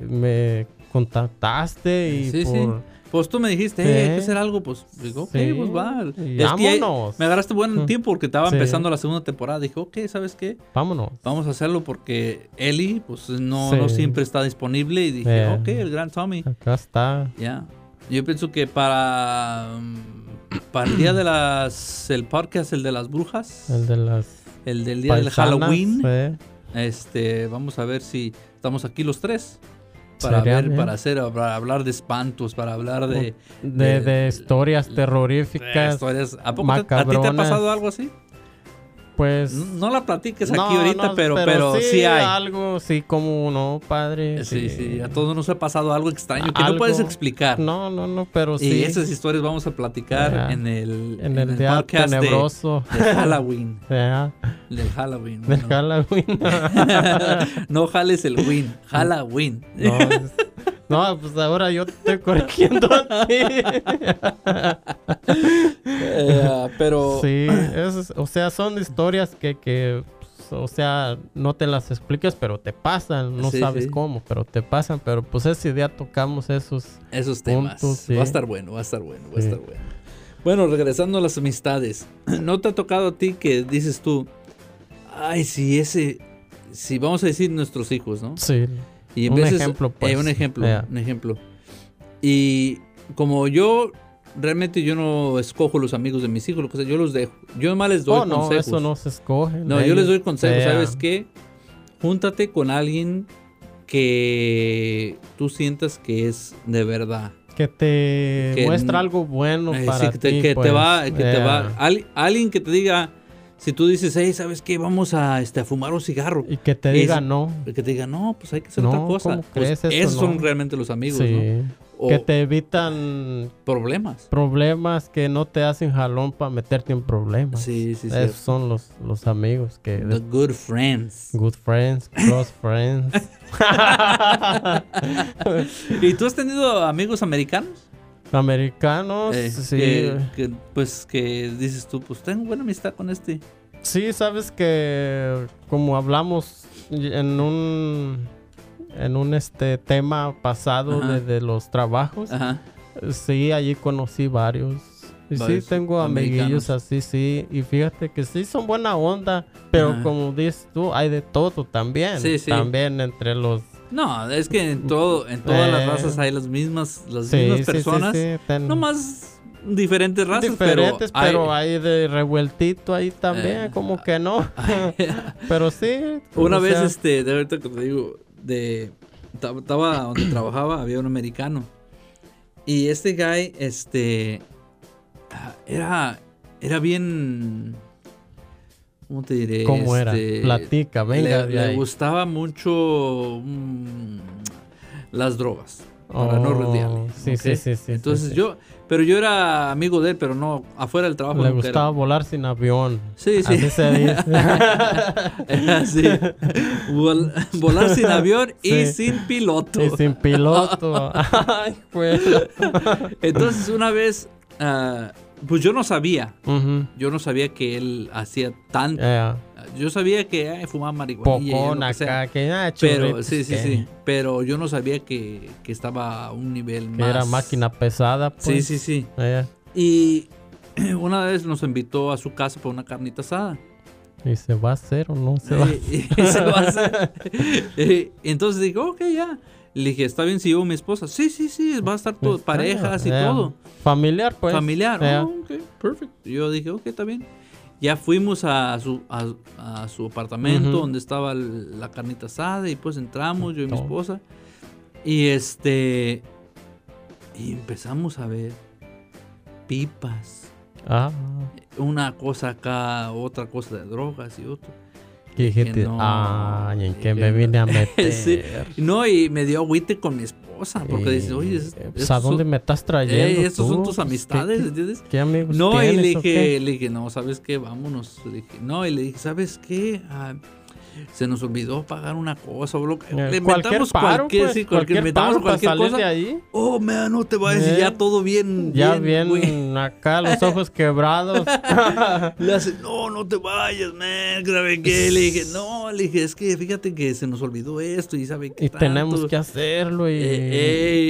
Speaker 2: me contactaste y
Speaker 1: Sí, sí.
Speaker 2: por-
Speaker 1: Pues tú me dijiste,
Speaker 2: Sí.
Speaker 1: "Hey, hay que hacer algo, pues digo, ok,
Speaker 2: Sí.
Speaker 1: pues va.
Speaker 2: Y
Speaker 1: Es que ya-
Speaker 2: vámonos.
Speaker 1: me agarraste buen
Speaker 2: Mm.
Speaker 1: tiempo porque estaba
Speaker 2: Sí.
Speaker 1: empezando la segunda temporada. Dije, ok, ¿sabes qué?
Speaker 2: vámonos.
Speaker 1: Vamos a hacerlo porque Eli, pues no,
Speaker 2: Sí.
Speaker 1: no siempre está disponible. Y dije,
Speaker 2: Eh.
Speaker 1: ok, el gran Tommy.
Speaker 2: Acá está.
Speaker 1: Ya. Yo pienso que para, mm, para el día de las. El podcast, el de las brujas.
Speaker 2: El
Speaker 1: El,
Speaker 2: de las
Speaker 1: del día del
Speaker 2: paisanas,
Speaker 1: Halloween.
Speaker 2: eh.
Speaker 1: Este, vamos a ver si estamos aquí los tres. Para
Speaker 2: Sería
Speaker 1: ver,
Speaker 2: bien.
Speaker 1: para hacer, para hablar de espantos, para hablar de,
Speaker 2: De,
Speaker 1: de-
Speaker 2: de historias
Speaker 1: de
Speaker 2: terroríficas.
Speaker 1: historias. ¿A poco te- a ti te ha
Speaker 2: macabronas.
Speaker 1: pasado algo así?
Speaker 2: Pues.
Speaker 1: No la platiques aquí
Speaker 2: no,
Speaker 1: ahorita,
Speaker 2: no,
Speaker 1: pero, pero, sí, hay.
Speaker 2: algo, sí, como no, padre.
Speaker 1: Sí, sí, a todos nos ha pasado algo extraño que no
Speaker 2: Algo.
Speaker 1: puedes explicar.
Speaker 2: No, no, no, pero
Speaker 1: Y
Speaker 2: sí.
Speaker 1: esas historias vamos a platicar
Speaker 2: Ajá.
Speaker 1: en el,
Speaker 2: en el día
Speaker 1: podcast de,
Speaker 2: tenebroso.
Speaker 1: de Halloween.
Speaker 2: Ya,
Speaker 1: Del Halloween.
Speaker 2: del
Speaker 1: ¿no?
Speaker 2: Halloween.
Speaker 1: no jales el win, Halloween.
Speaker 2: No, es- no, pues ahora yo te estoy corrigiendo a ti.
Speaker 1: Eh, pero
Speaker 2: Sí, es- o sea, son historias que, que, pues, o sea, no te las explicas, pero te pasan. No
Speaker 1: Sí,
Speaker 2: sabes
Speaker 1: sí.
Speaker 2: cómo, pero te pasan. Pero pues ese día tocamos esos.
Speaker 1: esos temas.
Speaker 2: Punto, sí.
Speaker 1: Va a estar bueno, va a estar bueno, va a
Speaker 2: Sí.
Speaker 1: estar bueno. Bueno, regresando a las amistades. ¿No te ha tocado a ti que dices tú, ay, si ese, si vamos a decir nuestros hijos, ¿no?
Speaker 2: Sí.
Speaker 1: Y en
Speaker 2: Un
Speaker 1: veces-
Speaker 2: ejemplo, pues.
Speaker 1: eh, un ejemplo,
Speaker 2: Ya.
Speaker 1: un ejemplo. Y como yo realmente yo no escojo los amigos de mis hijos, lo que sea, yo los dejo. Yo más les doy
Speaker 2: Oh, no,
Speaker 1: consejos.
Speaker 2: eso no se escoge.
Speaker 1: No, yo
Speaker 2: ellos-
Speaker 1: les doy consejos,
Speaker 2: sea.
Speaker 1: ¿sabes qué? Júntate con alguien que tú sientas que es de verdad.
Speaker 2: Que te
Speaker 1: Que
Speaker 2: muestra
Speaker 1: n-
Speaker 2: algo bueno
Speaker 1: Eh,
Speaker 2: para
Speaker 1: sí, que te,
Speaker 2: ti,
Speaker 1: que te
Speaker 2: pues.
Speaker 1: va, que te
Speaker 2: Ya.
Speaker 1: va. al- alguien que te diga, si tú dices, hey, ¿sabes qué? Vamos a, este, a fumar un cigarro.
Speaker 2: Y que te
Speaker 1: Es-
Speaker 2: diga no.
Speaker 1: El que te diga, no, pues hay que hacer
Speaker 2: No,
Speaker 1: otra cosa.
Speaker 2: ¿cómo
Speaker 1: Pues
Speaker 2: crees eso,
Speaker 1: esos son
Speaker 2: no?
Speaker 1: realmente los amigos, ¿no?
Speaker 2: Sí.
Speaker 1: O
Speaker 2: Que te evitan
Speaker 1: problemas.
Speaker 2: problemas que no te hacen jalón para meterte en problemas.
Speaker 1: Sí, sí,
Speaker 2: Esos
Speaker 1: sí.
Speaker 2: son los, los amigos Pues, que...
Speaker 1: The good friends.
Speaker 2: Good friends, close friends.
Speaker 1: ¿Y tú has tenido amigos americanos?
Speaker 2: Americanos,
Speaker 1: Eh,
Speaker 2: Oh, sí.
Speaker 1: que- que, pues que dices tú, pues tengo buena amistad con este.
Speaker 2: Sí, sabes que como hablamos en un... En un este tema pasado
Speaker 1: Ajá.
Speaker 2: de, de los trabajos,
Speaker 1: Ajá.
Speaker 2: Sí, allí conocí varios. Y sí,
Speaker 1: Varios
Speaker 2: tengo
Speaker 1: americanos.
Speaker 2: amiguillos así, sí. Y fíjate que sí son buena onda. Pero
Speaker 1: Ajá.
Speaker 2: como dices tú, hay de todo también.
Speaker 1: Sí, sí.
Speaker 2: También entre los...
Speaker 1: No, es que en todo, en todas las
Speaker 2: Eh.
Speaker 1: razas hay las mismas, las
Speaker 2: Sí,
Speaker 1: mismas
Speaker 2: sí, sí,
Speaker 1: personas.
Speaker 2: sí, ten-
Speaker 1: No más diferentes razas,
Speaker 2: diferentes,
Speaker 1: pero, hay-
Speaker 2: pero hay... de revueltito ahí también.
Speaker 1: Eh,
Speaker 2: como que no. pero sí.
Speaker 1: Una
Speaker 2: o
Speaker 1: vez,
Speaker 2: sea,
Speaker 1: este, de ahorita que te digo, de ta- estaba donde trabajaba, había un americano. Y este guy, este, ah, era, era bien, ¿cómo te diré?
Speaker 2: ¿Cómo era?
Speaker 1: Este,
Speaker 2: Platica, venga.
Speaker 1: le,
Speaker 2: de
Speaker 1: le
Speaker 2: ahí.
Speaker 1: gustaba mucho mm, las drogas. Para no
Speaker 2: Oh,
Speaker 1: rodearle.
Speaker 2: sí,
Speaker 1: ¿ok?
Speaker 2: sí, sí, sí, sí,
Speaker 1: Entonces
Speaker 2: sí.
Speaker 1: yo, pero yo era amigo de él, pero no afuera del trabajo.
Speaker 2: Le
Speaker 1: nunca era.
Speaker 2: gustaba volar sin avión.
Speaker 1: Sí, sí.
Speaker 2: Así se dice.
Speaker 1: Así. Vol- volar sin avión y
Speaker 2: Sí.
Speaker 1: sin piloto.
Speaker 2: y sin piloto. Ay, pues.
Speaker 1: Entonces una vez, ah, pues yo no sabía,
Speaker 2: Ujú.
Speaker 1: yo no sabía que él hacía tanto.
Speaker 2: Ya.
Speaker 1: Yo sabía que eh, fumaba marihuana.
Speaker 2: Eh. Pocón acá, que ah,
Speaker 1: Pero,
Speaker 2: churritos,
Speaker 1: sí, sí,
Speaker 2: que-
Speaker 1: sí. Pero yo no sabía que, que estaba a un nivel
Speaker 2: Que
Speaker 1: más.
Speaker 2: era máquina pesada, pues.
Speaker 1: Sí, sí, sí.
Speaker 2: Ya,
Speaker 1: Y una vez nos invitó a su casa por una carnita asada.
Speaker 2: ¿Y se va a hacer o no se va?
Speaker 1: Y- y se va a hacer. Eh, Entonces dije, ok, ya. Le dije, ¿está bien si llevo a mi esposa? Sí, sí, sí, va a estar todo,
Speaker 2: Extraño,
Speaker 1: parejas y
Speaker 2: ya.
Speaker 1: todo.
Speaker 2: Eh, Familiar, pues.
Speaker 1: Familiar.
Speaker 2: Ya.
Speaker 1: Oh, ok, perfect. Yo dije, ok, está bien. Ya fuimos a su, a, a su apartamento
Speaker 2: Ujú.
Speaker 1: donde estaba el- la carnita asada y pues entramos, yo y mi
Speaker 2: Todo.
Speaker 1: esposa. Y este... Y empezamos a ver pipas.
Speaker 2: Ah,
Speaker 1: Una cosa acá, otra cosa de drogas y otro.
Speaker 2: que dijiste,
Speaker 1: no,
Speaker 2: ay, ¿en qué
Speaker 1: que
Speaker 2: me
Speaker 1: no.
Speaker 2: vine a meter?
Speaker 1: Sí. No, y me dio agüite con mi esposa, porque
Speaker 2: Y-
Speaker 1: dice, oye, es-
Speaker 2: pues,
Speaker 1: estos
Speaker 2: ¿a dónde
Speaker 1: son,
Speaker 2: me estás trayendo
Speaker 1: eh, estos son
Speaker 2: tú?
Speaker 1: tus
Speaker 2: Pues, ¿qué-
Speaker 1: amistades,
Speaker 2: qué-
Speaker 1: ¿entiendes?
Speaker 2: ¿Qué amigos
Speaker 1: No, y
Speaker 2: tienes
Speaker 1: le
Speaker 2: o qué? Eh,
Speaker 1: dije, le dije, no, ¿sabes qué? Vámonos. Le dije, no, y le dije, ¿sabes qué? Ah, se nos olvidó pagar una cosa. o lo que-
Speaker 2: Eh,
Speaker 1: le
Speaker 2: cualquier
Speaker 1: metamos
Speaker 2: paro,
Speaker 1: cualquier,
Speaker 2: pues,
Speaker 1: sí, cualquier, metamos
Speaker 2: paro para
Speaker 1: cualquier
Speaker 2: salir de
Speaker 1: cosa.
Speaker 2: ahí.
Speaker 1: Oh, man, no te vayas y
Speaker 2: Eh,
Speaker 1: ya todo bien.
Speaker 2: Ya bien,
Speaker 1: güey.
Speaker 2: acá, los ojos quebrados.
Speaker 1: Le hace, no, no te vayas, man, ¿sabe qué? Le dije, no, le dije, es que fíjate que se nos olvidó esto y sabe qué
Speaker 2: y tenemos
Speaker 1: tanto".
Speaker 2: que hacerlo. Y,
Speaker 1: Eh,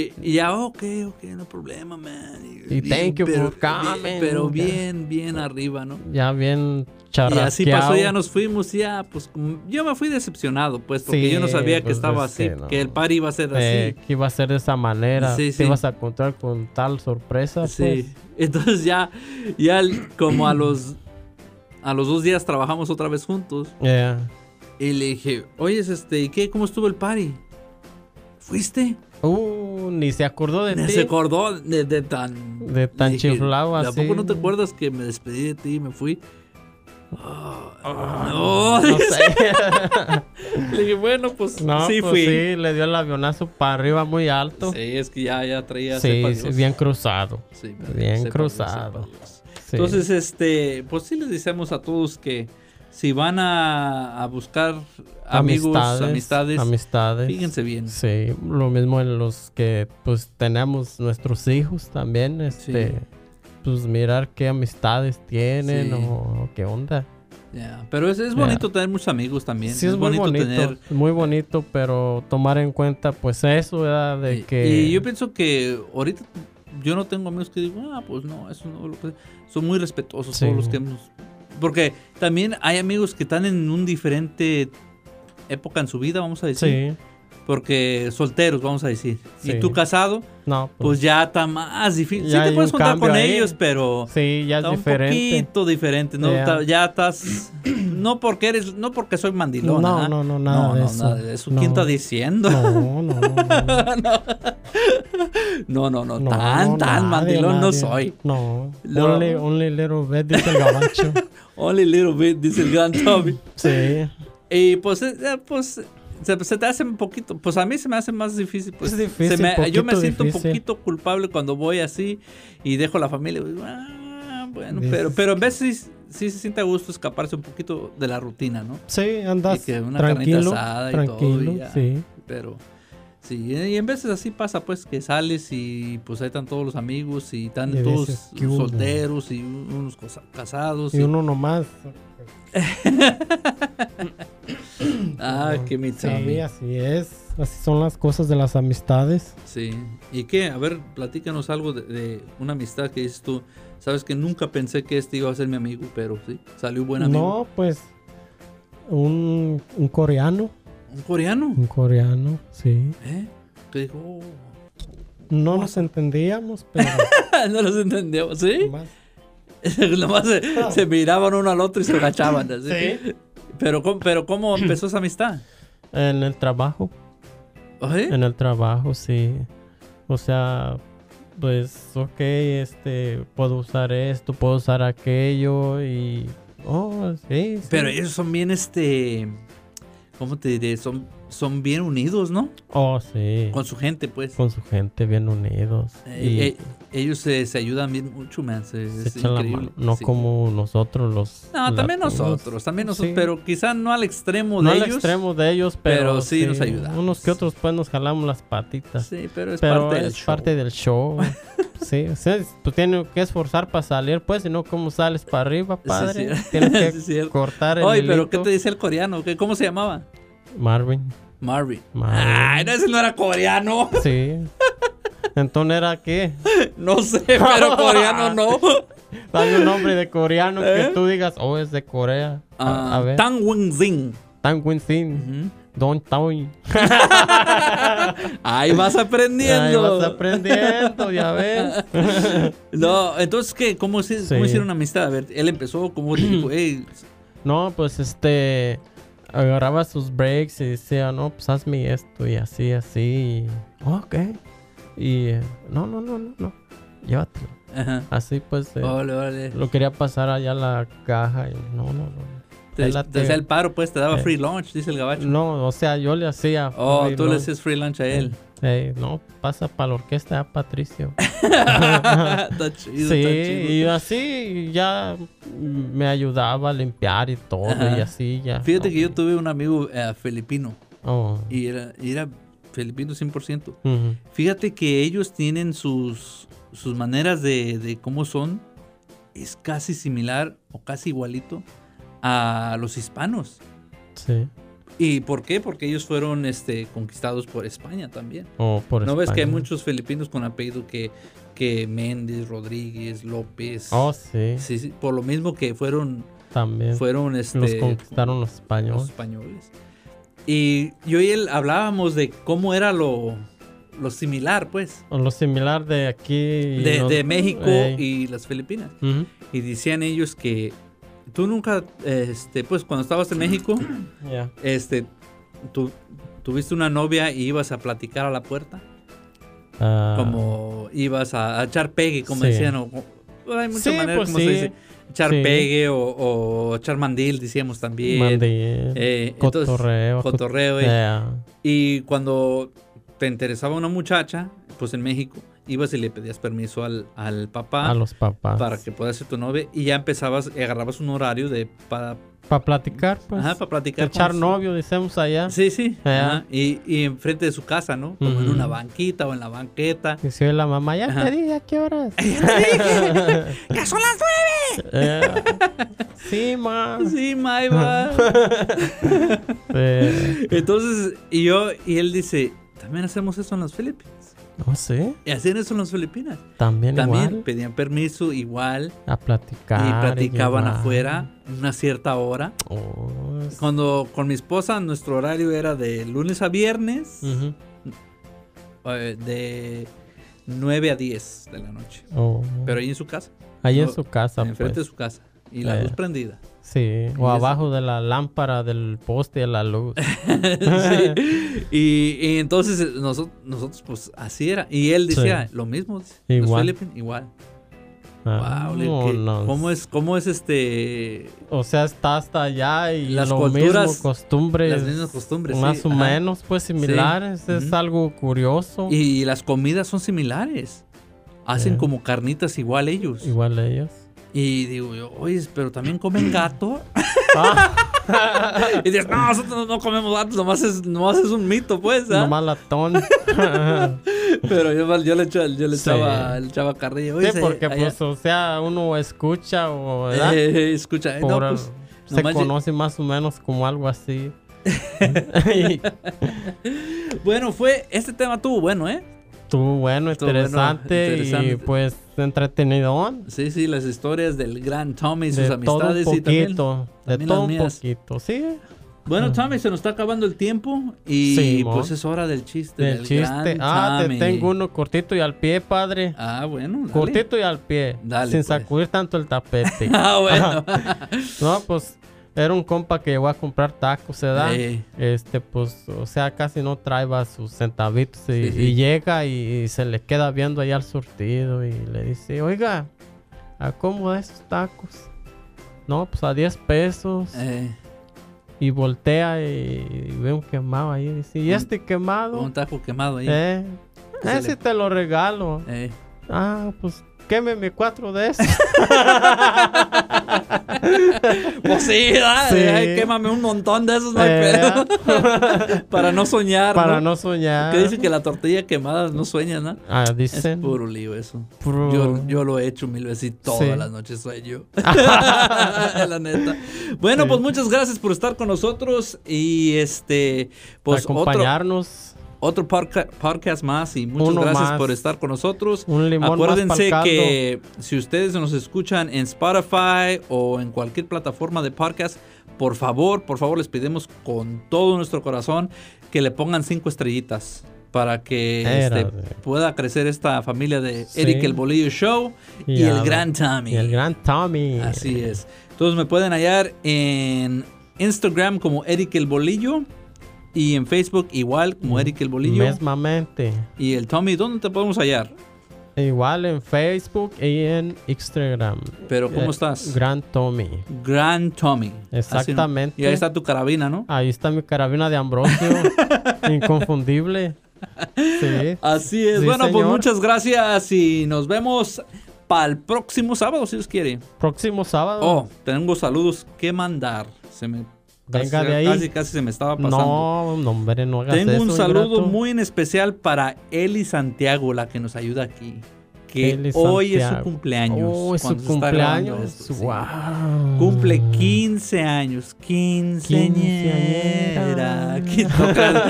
Speaker 1: eh, y ya, ok, ok, no problema, man.
Speaker 2: Y thank you
Speaker 1: pero,
Speaker 2: for coming.
Speaker 1: bien- pero bien, bien arriba, ¿no?
Speaker 2: ya bien
Speaker 1: Y
Speaker 2: charrasqueado.
Speaker 1: así pasó, ya nos fuimos, ya, pues como- yo me fui decepcionado, pues, porque
Speaker 2: Sí,
Speaker 1: yo no sabía que
Speaker 2: pues,
Speaker 1: estaba
Speaker 2: es
Speaker 1: así, que,
Speaker 2: que no.
Speaker 1: el par iba a ser
Speaker 2: Eh,
Speaker 1: así.
Speaker 2: que iba a ser de esa manera.
Speaker 1: Sí,
Speaker 2: te
Speaker 1: sí.
Speaker 2: ibas a encontrar con tal sorpresa.
Speaker 1: Sí. Entonces ya, ya el- como a los, a los dos días trabajamos otra vez juntos.
Speaker 2: pues. Yeah.
Speaker 1: Y le dije, oye, este, ¿y qué? ¿Cómo estuvo el party? ¿Fuiste?
Speaker 2: Uh, ni se acordó de
Speaker 1: Me
Speaker 2: ti.
Speaker 1: se acordó de, de tan...
Speaker 2: De tan
Speaker 1: le dije,
Speaker 2: chiflado
Speaker 1: "¿De a
Speaker 2: así?"
Speaker 1: poco no te acuerdas que me despedí de ti y me fui? no,
Speaker 2: Ah, No
Speaker 1: dice.
Speaker 2: sé.
Speaker 1: Le dije, bueno, pues
Speaker 2: No,
Speaker 1: sí
Speaker 2: pues
Speaker 1: fui. Sí.
Speaker 2: sí, le dio el avionazo para arriba muy alto. Sí,
Speaker 1: es que ya, ya traía
Speaker 2: sí,
Speaker 1: cepa Dios.
Speaker 2: bien cruzado.
Speaker 1: Sí,
Speaker 2: bien
Speaker 1: Dios, sepa Dios,
Speaker 2: cruzado.
Speaker 1: sepa Dios.
Speaker 2: Sí.
Speaker 1: Entonces, este, pues sí les decimos a todos que si van a, a buscar amigos, amistades,
Speaker 2: amistades.
Speaker 1: fíjense bien.
Speaker 2: Sí, lo mismo en los que pues tenemos nuestros hijos también, este, pues mirar qué amistades tienen
Speaker 1: Sí.
Speaker 2: o qué onda.
Speaker 1: Ya, Pero es, es
Speaker 2: Ya.
Speaker 1: bonito tener muchos amigos también.
Speaker 2: sí, es, muy bonito,
Speaker 1: tener.
Speaker 2: muy bonito, pero tomar en cuenta pues eso, ¿verdad? De
Speaker 1: y-
Speaker 2: que...
Speaker 1: Y yo pienso que ahorita yo no tengo amigos que digo, ah, pues no, eso no. lo que-". Son muy respetuosos
Speaker 2: Sí.
Speaker 1: todos los que hemos. Porque también hay amigos que están en un diferente época en su vida, vamos a decir.
Speaker 2: sí,
Speaker 1: Porque solteros, vamos a decir.
Speaker 2: Sí.
Speaker 1: Y tú casado,
Speaker 2: no,
Speaker 1: pues
Speaker 2: pues,
Speaker 1: ya está más difícil.
Speaker 2: Ya
Speaker 1: sí
Speaker 2: hay
Speaker 1: te puedes
Speaker 2: un
Speaker 1: contar
Speaker 2: cambio
Speaker 1: con
Speaker 2: ahí.
Speaker 1: ellos, pero
Speaker 2: sí, ya
Speaker 1: Pues,
Speaker 2: es
Speaker 1: está un
Speaker 2: diferente.
Speaker 1: poquito diferente. ¿no?
Speaker 2: Ya.
Speaker 1: Ta- Ya estás. No porque eres, no porque soy
Speaker 2: No,
Speaker 1: mandilón. ¿ah?
Speaker 2: no, no, nada
Speaker 1: no,
Speaker 2: de
Speaker 1: no,
Speaker 2: eso.
Speaker 1: nada de eso. ¿Quién
Speaker 2: No.
Speaker 1: está diciendo?
Speaker 2: No, no, no, no,
Speaker 1: No,
Speaker 2: no.
Speaker 1: no, no.
Speaker 2: No,
Speaker 1: tan,
Speaker 2: no,
Speaker 1: tan
Speaker 2: nadie,
Speaker 1: mandilón no
Speaker 2: nadie.
Speaker 1: soy.
Speaker 2: No,
Speaker 1: No.
Speaker 2: Only, only little bit, dice el gabacho.
Speaker 1: Only little bit, dice el gran Toby.
Speaker 2: sí.
Speaker 1: y pues, eh, eh, pues se, se te hace un poquito. Pues a mí se me hace más difícil. Pues,
Speaker 2: Es
Speaker 1: se
Speaker 2: difícil,
Speaker 1: me- yo me
Speaker 2: poquito
Speaker 1: siento un
Speaker 2: difícil.
Speaker 1: poquito culpable cuando voy así y dejo la familia. Digo, "Ah, bueno,
Speaker 2: Dices
Speaker 1: pero, pero en vez sí, sí se siente a gusto escaparse un poquito de la rutina, ¿no?
Speaker 2: Sí, andas
Speaker 1: Y que una
Speaker 2: tranquilo,
Speaker 1: carnita asada y
Speaker 2: tranquilo,
Speaker 1: todo, y ya.
Speaker 2: sí.
Speaker 1: Pero sí, y en veces así pasa pues que sales y pues ahí están todos los amigos y están
Speaker 2: Y
Speaker 1: todos
Speaker 2: dices, "¿Qué hubo?"
Speaker 1: solteros y unos cosa- casados.
Speaker 2: Y
Speaker 1: y-
Speaker 2: uno nomás.
Speaker 1: ah, que mi
Speaker 2: Sí,
Speaker 1: Tommy.
Speaker 2: así es. Así son las cosas de las amistades.
Speaker 1: Sí. ¿Y qué? A ver, platícanos algo de, de una amistad que dices tú. Sabes que nunca pensé que este iba a ser mi amigo, pero sí, salió buen amigo.
Speaker 2: No, pues un, un coreano,
Speaker 1: Un coreano.
Speaker 2: un coreano, sí.
Speaker 1: ¿Eh? Que dijo, "Oh".
Speaker 2: No nos entendíamos, pero
Speaker 1: no los entendía, ¿sí?
Speaker 2: nomás-
Speaker 1: Nomás se, se miraban uno al otro y se agachaban. así.
Speaker 2: Sí.
Speaker 1: Pero, ¿cómo- pero ¿cómo empezó esa amistad?
Speaker 2: en el trabajo,
Speaker 1: ¿Eh?
Speaker 2: en el trabajo, sí. O sea, pues, ok, este, puedo usar esto, puedo usar aquello y, oh, sí. sí.
Speaker 1: Pero eh, ellos son bien, este, ¿cómo te diré? Son, son bien unidos, ¿no?
Speaker 2: Oh, sí.
Speaker 1: Con su gente, pues.
Speaker 2: con su gente bien unidos.
Speaker 1: Eh,
Speaker 2: y
Speaker 1: eh, ellos se, se ayudan bien mucho, man. Se,
Speaker 2: se
Speaker 1: es
Speaker 2: echan la
Speaker 1: increíble.
Speaker 2: mano. No
Speaker 1: Sí.
Speaker 2: como nosotros los.
Speaker 1: No, también
Speaker 2: latinos.
Speaker 1: nosotros, también nosotros,
Speaker 2: Sí.
Speaker 1: pero quizás no al extremo
Speaker 2: No
Speaker 1: de
Speaker 2: al
Speaker 1: ellos.
Speaker 2: extremo de ellos, pero,
Speaker 1: pero sí nos ayudamos.
Speaker 2: Unos que otros, pues nos jalamos las patitas.
Speaker 1: Sí, pero es
Speaker 2: pero
Speaker 1: parte del
Speaker 2: es
Speaker 1: show.
Speaker 2: parte del show. sí, o sea, es- tú tienes que esforzar para salir, pues, si no, ¿cómo sales para arriba, padre?
Speaker 1: sí.
Speaker 2: Tienes que
Speaker 1: Sí, es cierto.
Speaker 2: cortar el.
Speaker 1: Oye, pero ¿qué
Speaker 2: hilito.
Speaker 1: te dice el coreano? ¿Qué, ¿Cómo se llamaba?
Speaker 2: Marvin.
Speaker 1: Marvin.
Speaker 2: Marvin.
Speaker 1: Ay, no, ese no era coreano.
Speaker 2: Sí. Entonces era qué?
Speaker 1: No sé, pero coreano no.
Speaker 2: Dame un nombre de coreano
Speaker 1: ¿Eh?
Speaker 2: que tú digas, oh, es de Corea.
Speaker 1: Ah,
Speaker 2: a, a ver.
Speaker 1: Tang Wen-Zing.
Speaker 2: Tan Win Sin,
Speaker 1: Ujú.
Speaker 2: Don Taoy.
Speaker 1: Ahí vas aprendiendo.
Speaker 2: Ahí vas aprendiendo, ya ves.
Speaker 1: No, entonces, ¿qué? ¿Cómo, se,
Speaker 2: Sí.
Speaker 1: ¿cómo hicieron amistad? A ver, él empezó, como le dijo? Hey,
Speaker 2: No, pues este. Agarraba sus breaks y decía, no, pues hazme esto y así, así. Y, "Oh, ok. Y eh, no, no, no, no, no. Llévatelo.
Speaker 1: ajá.
Speaker 2: Así pues. eh,
Speaker 1: Vale, vale.
Speaker 2: Lo quería pasar allá a la caja y no, no, no.
Speaker 1: Te,
Speaker 2: Él la
Speaker 1: te hacía el paro, pues, te daba free lunch, dice el gabacho.
Speaker 2: No, o sea, yo le hacía.
Speaker 1: oh,
Speaker 2: free
Speaker 1: tú le
Speaker 2: lunch.
Speaker 1: haces free lunch a él.
Speaker 2: Ey, no, pasa para la orquesta, ah, Patricio.
Speaker 1: está chido, pues.
Speaker 2: Sí,
Speaker 1: está
Speaker 2: y
Speaker 1: chido.
Speaker 2: así ya me ayudaba a limpiar y todo,
Speaker 1: Ajá.
Speaker 2: y así ya.
Speaker 1: Fíjate que yo tuve un amigo eh, filipino
Speaker 2: Oh,
Speaker 1: y era, y era filipino 100%.
Speaker 2: ujú.
Speaker 1: Fíjate que ellos tienen sus, sus maneras de, de cómo son. Es casi similar o casi igualito a los hispanos.
Speaker 2: Sí,
Speaker 1: ¿Y por qué? Porque ellos fueron este, conquistados por España también.
Speaker 2: o oh, por
Speaker 1: ¿No ves que hay
Speaker 2: España.
Speaker 1: muchos filipinos con apellido que, que Méndez, Rodríguez, López?
Speaker 2: Oh, sí,
Speaker 1: Sí, sí, por lo mismo que fueron,
Speaker 2: también.
Speaker 1: fueron este,
Speaker 2: Los conquistaron los españoles.
Speaker 1: los españoles. Y yo y él hablábamos de cómo era lo, lo similar, pues,
Speaker 2: O lo similar de aquí. y
Speaker 1: de,
Speaker 2: los-
Speaker 1: de México
Speaker 2: Ey.
Speaker 1: y las Filipinas.
Speaker 2: Ujú.
Speaker 1: Y decían ellos que tú nunca, este, pues cuando estabas en México,
Speaker 2: Ya.
Speaker 1: este, tú tuviste una novia y ibas a platicar a la puerta.
Speaker 2: Ah,
Speaker 1: como ibas a, a echar pegue, como
Speaker 2: Sí.
Speaker 1: decían, o, o- hay muchas
Speaker 2: Sí,
Speaker 1: maneras
Speaker 2: pues
Speaker 1: como
Speaker 2: sí.
Speaker 1: se dice. Echar
Speaker 2: Sí.
Speaker 1: pegue o, o echar mandil, decíamos también.
Speaker 2: Mandé.
Speaker 1: Eh, entonces,
Speaker 2: cotorreo. cot-
Speaker 1: cotorreo, eh.
Speaker 2: Yeah.
Speaker 1: Y cuando te interesaba una muchacha, pues en México, ibas y le pedías permiso al, al papá
Speaker 2: a los papás.
Speaker 1: ah, para que pueda ser tu novia y ya empezabas, y agarrabas un horario de para,
Speaker 2: Para platicar, pues.
Speaker 1: ajá, para platicar. con
Speaker 2: echar
Speaker 1: su-
Speaker 2: novio, decimos allá.
Speaker 1: Sí, sí.
Speaker 2: Ajá.
Speaker 1: ajá, Y, y enfrente de su casa, ¿no? Como en
Speaker 2: Ujú.
Speaker 1: una banquita o en la banqueta.
Speaker 2: Y si la mamá, ya
Speaker 1: Ajá.
Speaker 2: te dije, ¿a qué horas?
Speaker 1: ¡Ya son las
Speaker 2: Yeah. Eh, sí, ma.
Speaker 1: dos! Sí, Maiva.
Speaker 2: Eh,
Speaker 1: Entonces, y yo, y él dice, también hacemos eso en las Filipinas.
Speaker 2: no sé.
Speaker 1: Y hacían eso en las Filipinas.
Speaker 2: oh, También,
Speaker 1: También
Speaker 2: igual.
Speaker 1: pedían permiso igual
Speaker 2: A platicar.
Speaker 1: y platicaban
Speaker 2: llevar.
Speaker 1: afuera una cierta hora.
Speaker 2: Oh, es-
Speaker 1: Cuando con mi esposa nuestro horario era de lunes a viernes,
Speaker 2: Ujú.
Speaker 1: eh, de 9 a 10 de la noche.
Speaker 2: Oh.
Speaker 1: Pero ahí en su casa,
Speaker 2: Ahí en
Speaker 1: no,
Speaker 2: su casa,
Speaker 1: enfrente
Speaker 2: pues.
Speaker 1: de su casa. Y la
Speaker 2: Eh.
Speaker 1: luz prendida.
Speaker 2: Sí,
Speaker 1: en
Speaker 2: o
Speaker 1: esa-
Speaker 2: abajo de la lámpara del poste de la luz.
Speaker 1: Sí. y, y entonces eh, noso- nosotros, pues así era. Y él decía lo mismo. dice, "Los
Speaker 2: Igual.
Speaker 1: Philippines, igual.
Speaker 2: Ah,
Speaker 1: Wow, le dije,
Speaker 2: vámonos.
Speaker 1: ¿cómo es, cómo es este
Speaker 2: O sea, está hasta allá y
Speaker 1: Las
Speaker 2: lo
Speaker 1: culturas-
Speaker 2: mismo, costumbres.
Speaker 1: las mismas costumbres? sí,
Speaker 2: Más o
Speaker 1: ajá.
Speaker 2: menos, pues similares. Es
Speaker 1: Ujú.
Speaker 2: algo curioso.
Speaker 1: Y las comidas son similares. Hacen
Speaker 2: Ya.
Speaker 1: como carnitas igual ellos.
Speaker 2: Eh. Igual ellos.
Speaker 1: Y digo yo, oye, pero también comen gato.
Speaker 2: Ah,
Speaker 1: Y dices, no, nosotros no comemos gatos, nomás es, nomás es un mito, pues. ¿ah?"
Speaker 2: nomás latón.
Speaker 1: Pero yo, yo le, echa- yo le
Speaker 2: Sí.
Speaker 1: echaba, le echaba carrilla.
Speaker 2: sí,
Speaker 1: Oye, se-
Speaker 2: porque
Speaker 1: allá-
Speaker 2: pues, o sea, uno escucha o ¿verdad?
Speaker 1: eh, escucha, eh, no,
Speaker 2: Por-
Speaker 1: pues,
Speaker 2: se
Speaker 1: nomás lle-
Speaker 2: conoce más o menos como algo así.
Speaker 1: Bueno, fue, este tema estuvo bueno, ¿eh?
Speaker 2: Tú, bueno,
Speaker 1: Estuvo bueno,
Speaker 2: interesante, y
Speaker 1: interesante.
Speaker 2: pues entretenido.
Speaker 1: Sí, sí, las historias del gran Tommy y sus
Speaker 2: De todo un
Speaker 1: amistades y también.
Speaker 2: poquito, de
Speaker 1: también las
Speaker 2: todo un
Speaker 1: mías.
Speaker 2: poquito, sí.
Speaker 1: Bueno, Tommy, se nos está acabando el tiempo y
Speaker 2: Sí, mo.
Speaker 1: pues es hora del chiste.
Speaker 2: Del chiste.
Speaker 1: gran
Speaker 2: Ah, te
Speaker 1: Tommy.
Speaker 2: tengo uno cortito y al pie, padre.
Speaker 1: Ah, bueno. dale.
Speaker 2: Cortito y al pie.
Speaker 1: Dale,
Speaker 2: sin
Speaker 1: pues.
Speaker 2: sacudir tanto el tapete.
Speaker 1: Ah, bueno.
Speaker 2: no, pues era un compa que llegó a comprar tacos, ¿verdad?
Speaker 1: Eh,
Speaker 2: Este, pues, o sea, casi no traía sus centavitos y,
Speaker 1: Sí, sí.
Speaker 2: y llega y, se le queda viendo ahí al surtido y le dice, oiga, ¿a cómo da esos tacos? No, pues a 10 pesos.
Speaker 1: eh,
Speaker 2: Y voltea y, y ve un quemado ahí. Y dice, ¿y
Speaker 1: Un-
Speaker 2: este quemado?
Speaker 1: un taco quemado ahí.
Speaker 2: Eh,
Speaker 1: se
Speaker 2: ese
Speaker 1: le-
Speaker 2: te lo regalo.
Speaker 1: Eh,
Speaker 2: Ah, pues quémeme cuatro de esos.
Speaker 1: Pues sí, ¿verdad?
Speaker 2: Sí.
Speaker 1: Ay, quémame un montón de esos, no hay
Speaker 2: Eh,
Speaker 1: pedo. Para no soñar.
Speaker 2: para
Speaker 1: ¿no?
Speaker 2: no soñar.
Speaker 1: Que dice que la tortilla quemada no sueña, ¿no?
Speaker 2: Ah,
Speaker 1: Es
Speaker 2: dicen.
Speaker 1: puro lío eso.
Speaker 2: puro-
Speaker 1: Yo, yo lo he hecho mil veces y todas
Speaker 2: Sí.
Speaker 1: las noches sueño. la neta. Bueno,
Speaker 2: Sí.
Speaker 1: pues muchas gracias por estar con nosotros y este, pues otro,
Speaker 2: acompañarnos.
Speaker 1: otro podca- podcast más y muchas
Speaker 2: Uno
Speaker 1: gracias
Speaker 2: más.
Speaker 1: por estar con nosotros.
Speaker 2: Un limón
Speaker 1: Acuérdense
Speaker 2: más pa'l caldo.
Speaker 1: que si ustedes nos escuchan en Spotify o en cualquier plataforma de podcast, por favor, por favor les pedimos con todo nuestro corazón que le pongan cinco estrellitas para que
Speaker 2: Era,
Speaker 1: este,
Speaker 2: sí.
Speaker 1: pueda crecer esta familia de
Speaker 2: Sí.
Speaker 1: Eric el Bolillo Show y,
Speaker 2: Ya,
Speaker 1: el Gran Tommy.
Speaker 2: Y el gran Tommy.
Speaker 1: Así es. Entonces me pueden hallar en Instagram como Eric el Bolillo y en Facebook igual
Speaker 2: Mm.
Speaker 1: como Eric el Bolillo.
Speaker 2: Mesmamente.
Speaker 1: Y el Tommy, ¿dónde te podemos hallar?
Speaker 2: Igual en Facebook y en Instagram.
Speaker 1: Pero ¿cómo
Speaker 2: Eh,
Speaker 1: estás?
Speaker 2: Gran Tommy.
Speaker 1: Gran Tommy.
Speaker 2: Exactamente.
Speaker 1: Así, ¿no? y ahí está tu carabina, ¿no?
Speaker 2: Ahí está mi carabina de Ambrosio. inconfundible. Sí.
Speaker 1: Así es.
Speaker 2: Sí,
Speaker 1: bueno, pues
Speaker 2: señor.
Speaker 1: muchas gracias y nos vemos para el próximo sábado, si Dios quiere.
Speaker 2: Próximo sábado.
Speaker 1: Oh, tengo saludos que mandar. Se me,
Speaker 2: Venga
Speaker 1: casi,
Speaker 2: de ahí.
Speaker 1: Casi, casi se me estaba pasando.
Speaker 2: no, no, hombre, no hagas
Speaker 1: tengo
Speaker 2: eso.
Speaker 1: un saludo
Speaker 2: ingrato.
Speaker 1: muy en especial para Eli Santiago, la que nos ayuda aquí. Que
Speaker 2: Eli
Speaker 1: hoy es su
Speaker 2: Santiago.
Speaker 1: cumpleaños.
Speaker 2: Oh, es su
Speaker 1: cuando se está grabando
Speaker 2: cumpleaños.
Speaker 1: esto, sí.
Speaker 2: wow.
Speaker 1: Cumple 15 años. Quinceañera.
Speaker 2: Quinceañera.
Speaker 1: Quin- No, claro,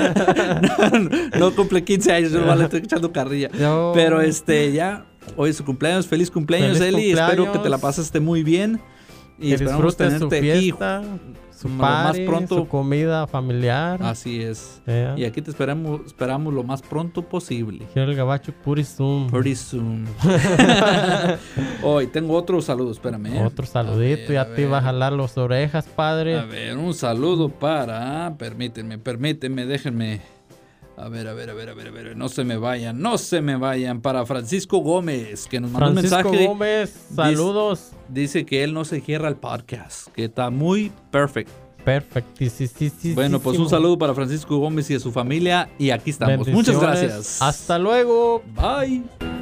Speaker 1: no, no cumple 15 años, yo le estoy echando carrilla.
Speaker 2: No.
Speaker 1: Pero este, ya, hoy es su cumpleaños. Feliz cumpleaños,
Speaker 2: Feliz
Speaker 1: Eli. Espero que te la
Speaker 2: cumpleaños.
Speaker 1: pasaste muy bien. Y
Speaker 2: Que
Speaker 1: esperamos
Speaker 2: disfrutes su
Speaker 1: tenerte aquí.
Speaker 2: fiesta, su
Speaker 1: lo más
Speaker 2: party,
Speaker 1: pronto.
Speaker 2: su comida familiar.
Speaker 1: Así es.
Speaker 2: Yeah.
Speaker 1: Y aquí te esperamos, esperamos lo más pronto posible.
Speaker 2: Quiero el gabacho puri zoom.
Speaker 1: Pretty soon. Hoy tengo otro saludo, espérame. ¿eh?
Speaker 2: Otro saludito,
Speaker 1: A ver,
Speaker 2: ya
Speaker 1: a
Speaker 2: te iba a
Speaker 1: ver.
Speaker 2: jalar las orejas, padre.
Speaker 1: A ver, un saludo para. Permítanme, permítanme, déjenme. A ver, a ver, a ver, a ver, a ver. No se me vayan, no se me vayan. Para Francisco Gómez, que nos mandó
Speaker 2: Francisco
Speaker 1: un mensaje.
Speaker 2: Gómez, saludos.
Speaker 1: Dice que él no se cierra el podcast, que está muy perfect.
Speaker 2: Perfectísimo.
Speaker 1: Bueno, pues un saludo para Francisco Gómez y a su familia. Y aquí estamos. Muchas
Speaker 2: Bendiciones.
Speaker 1: gracias.
Speaker 2: Hasta luego.
Speaker 1: Bye.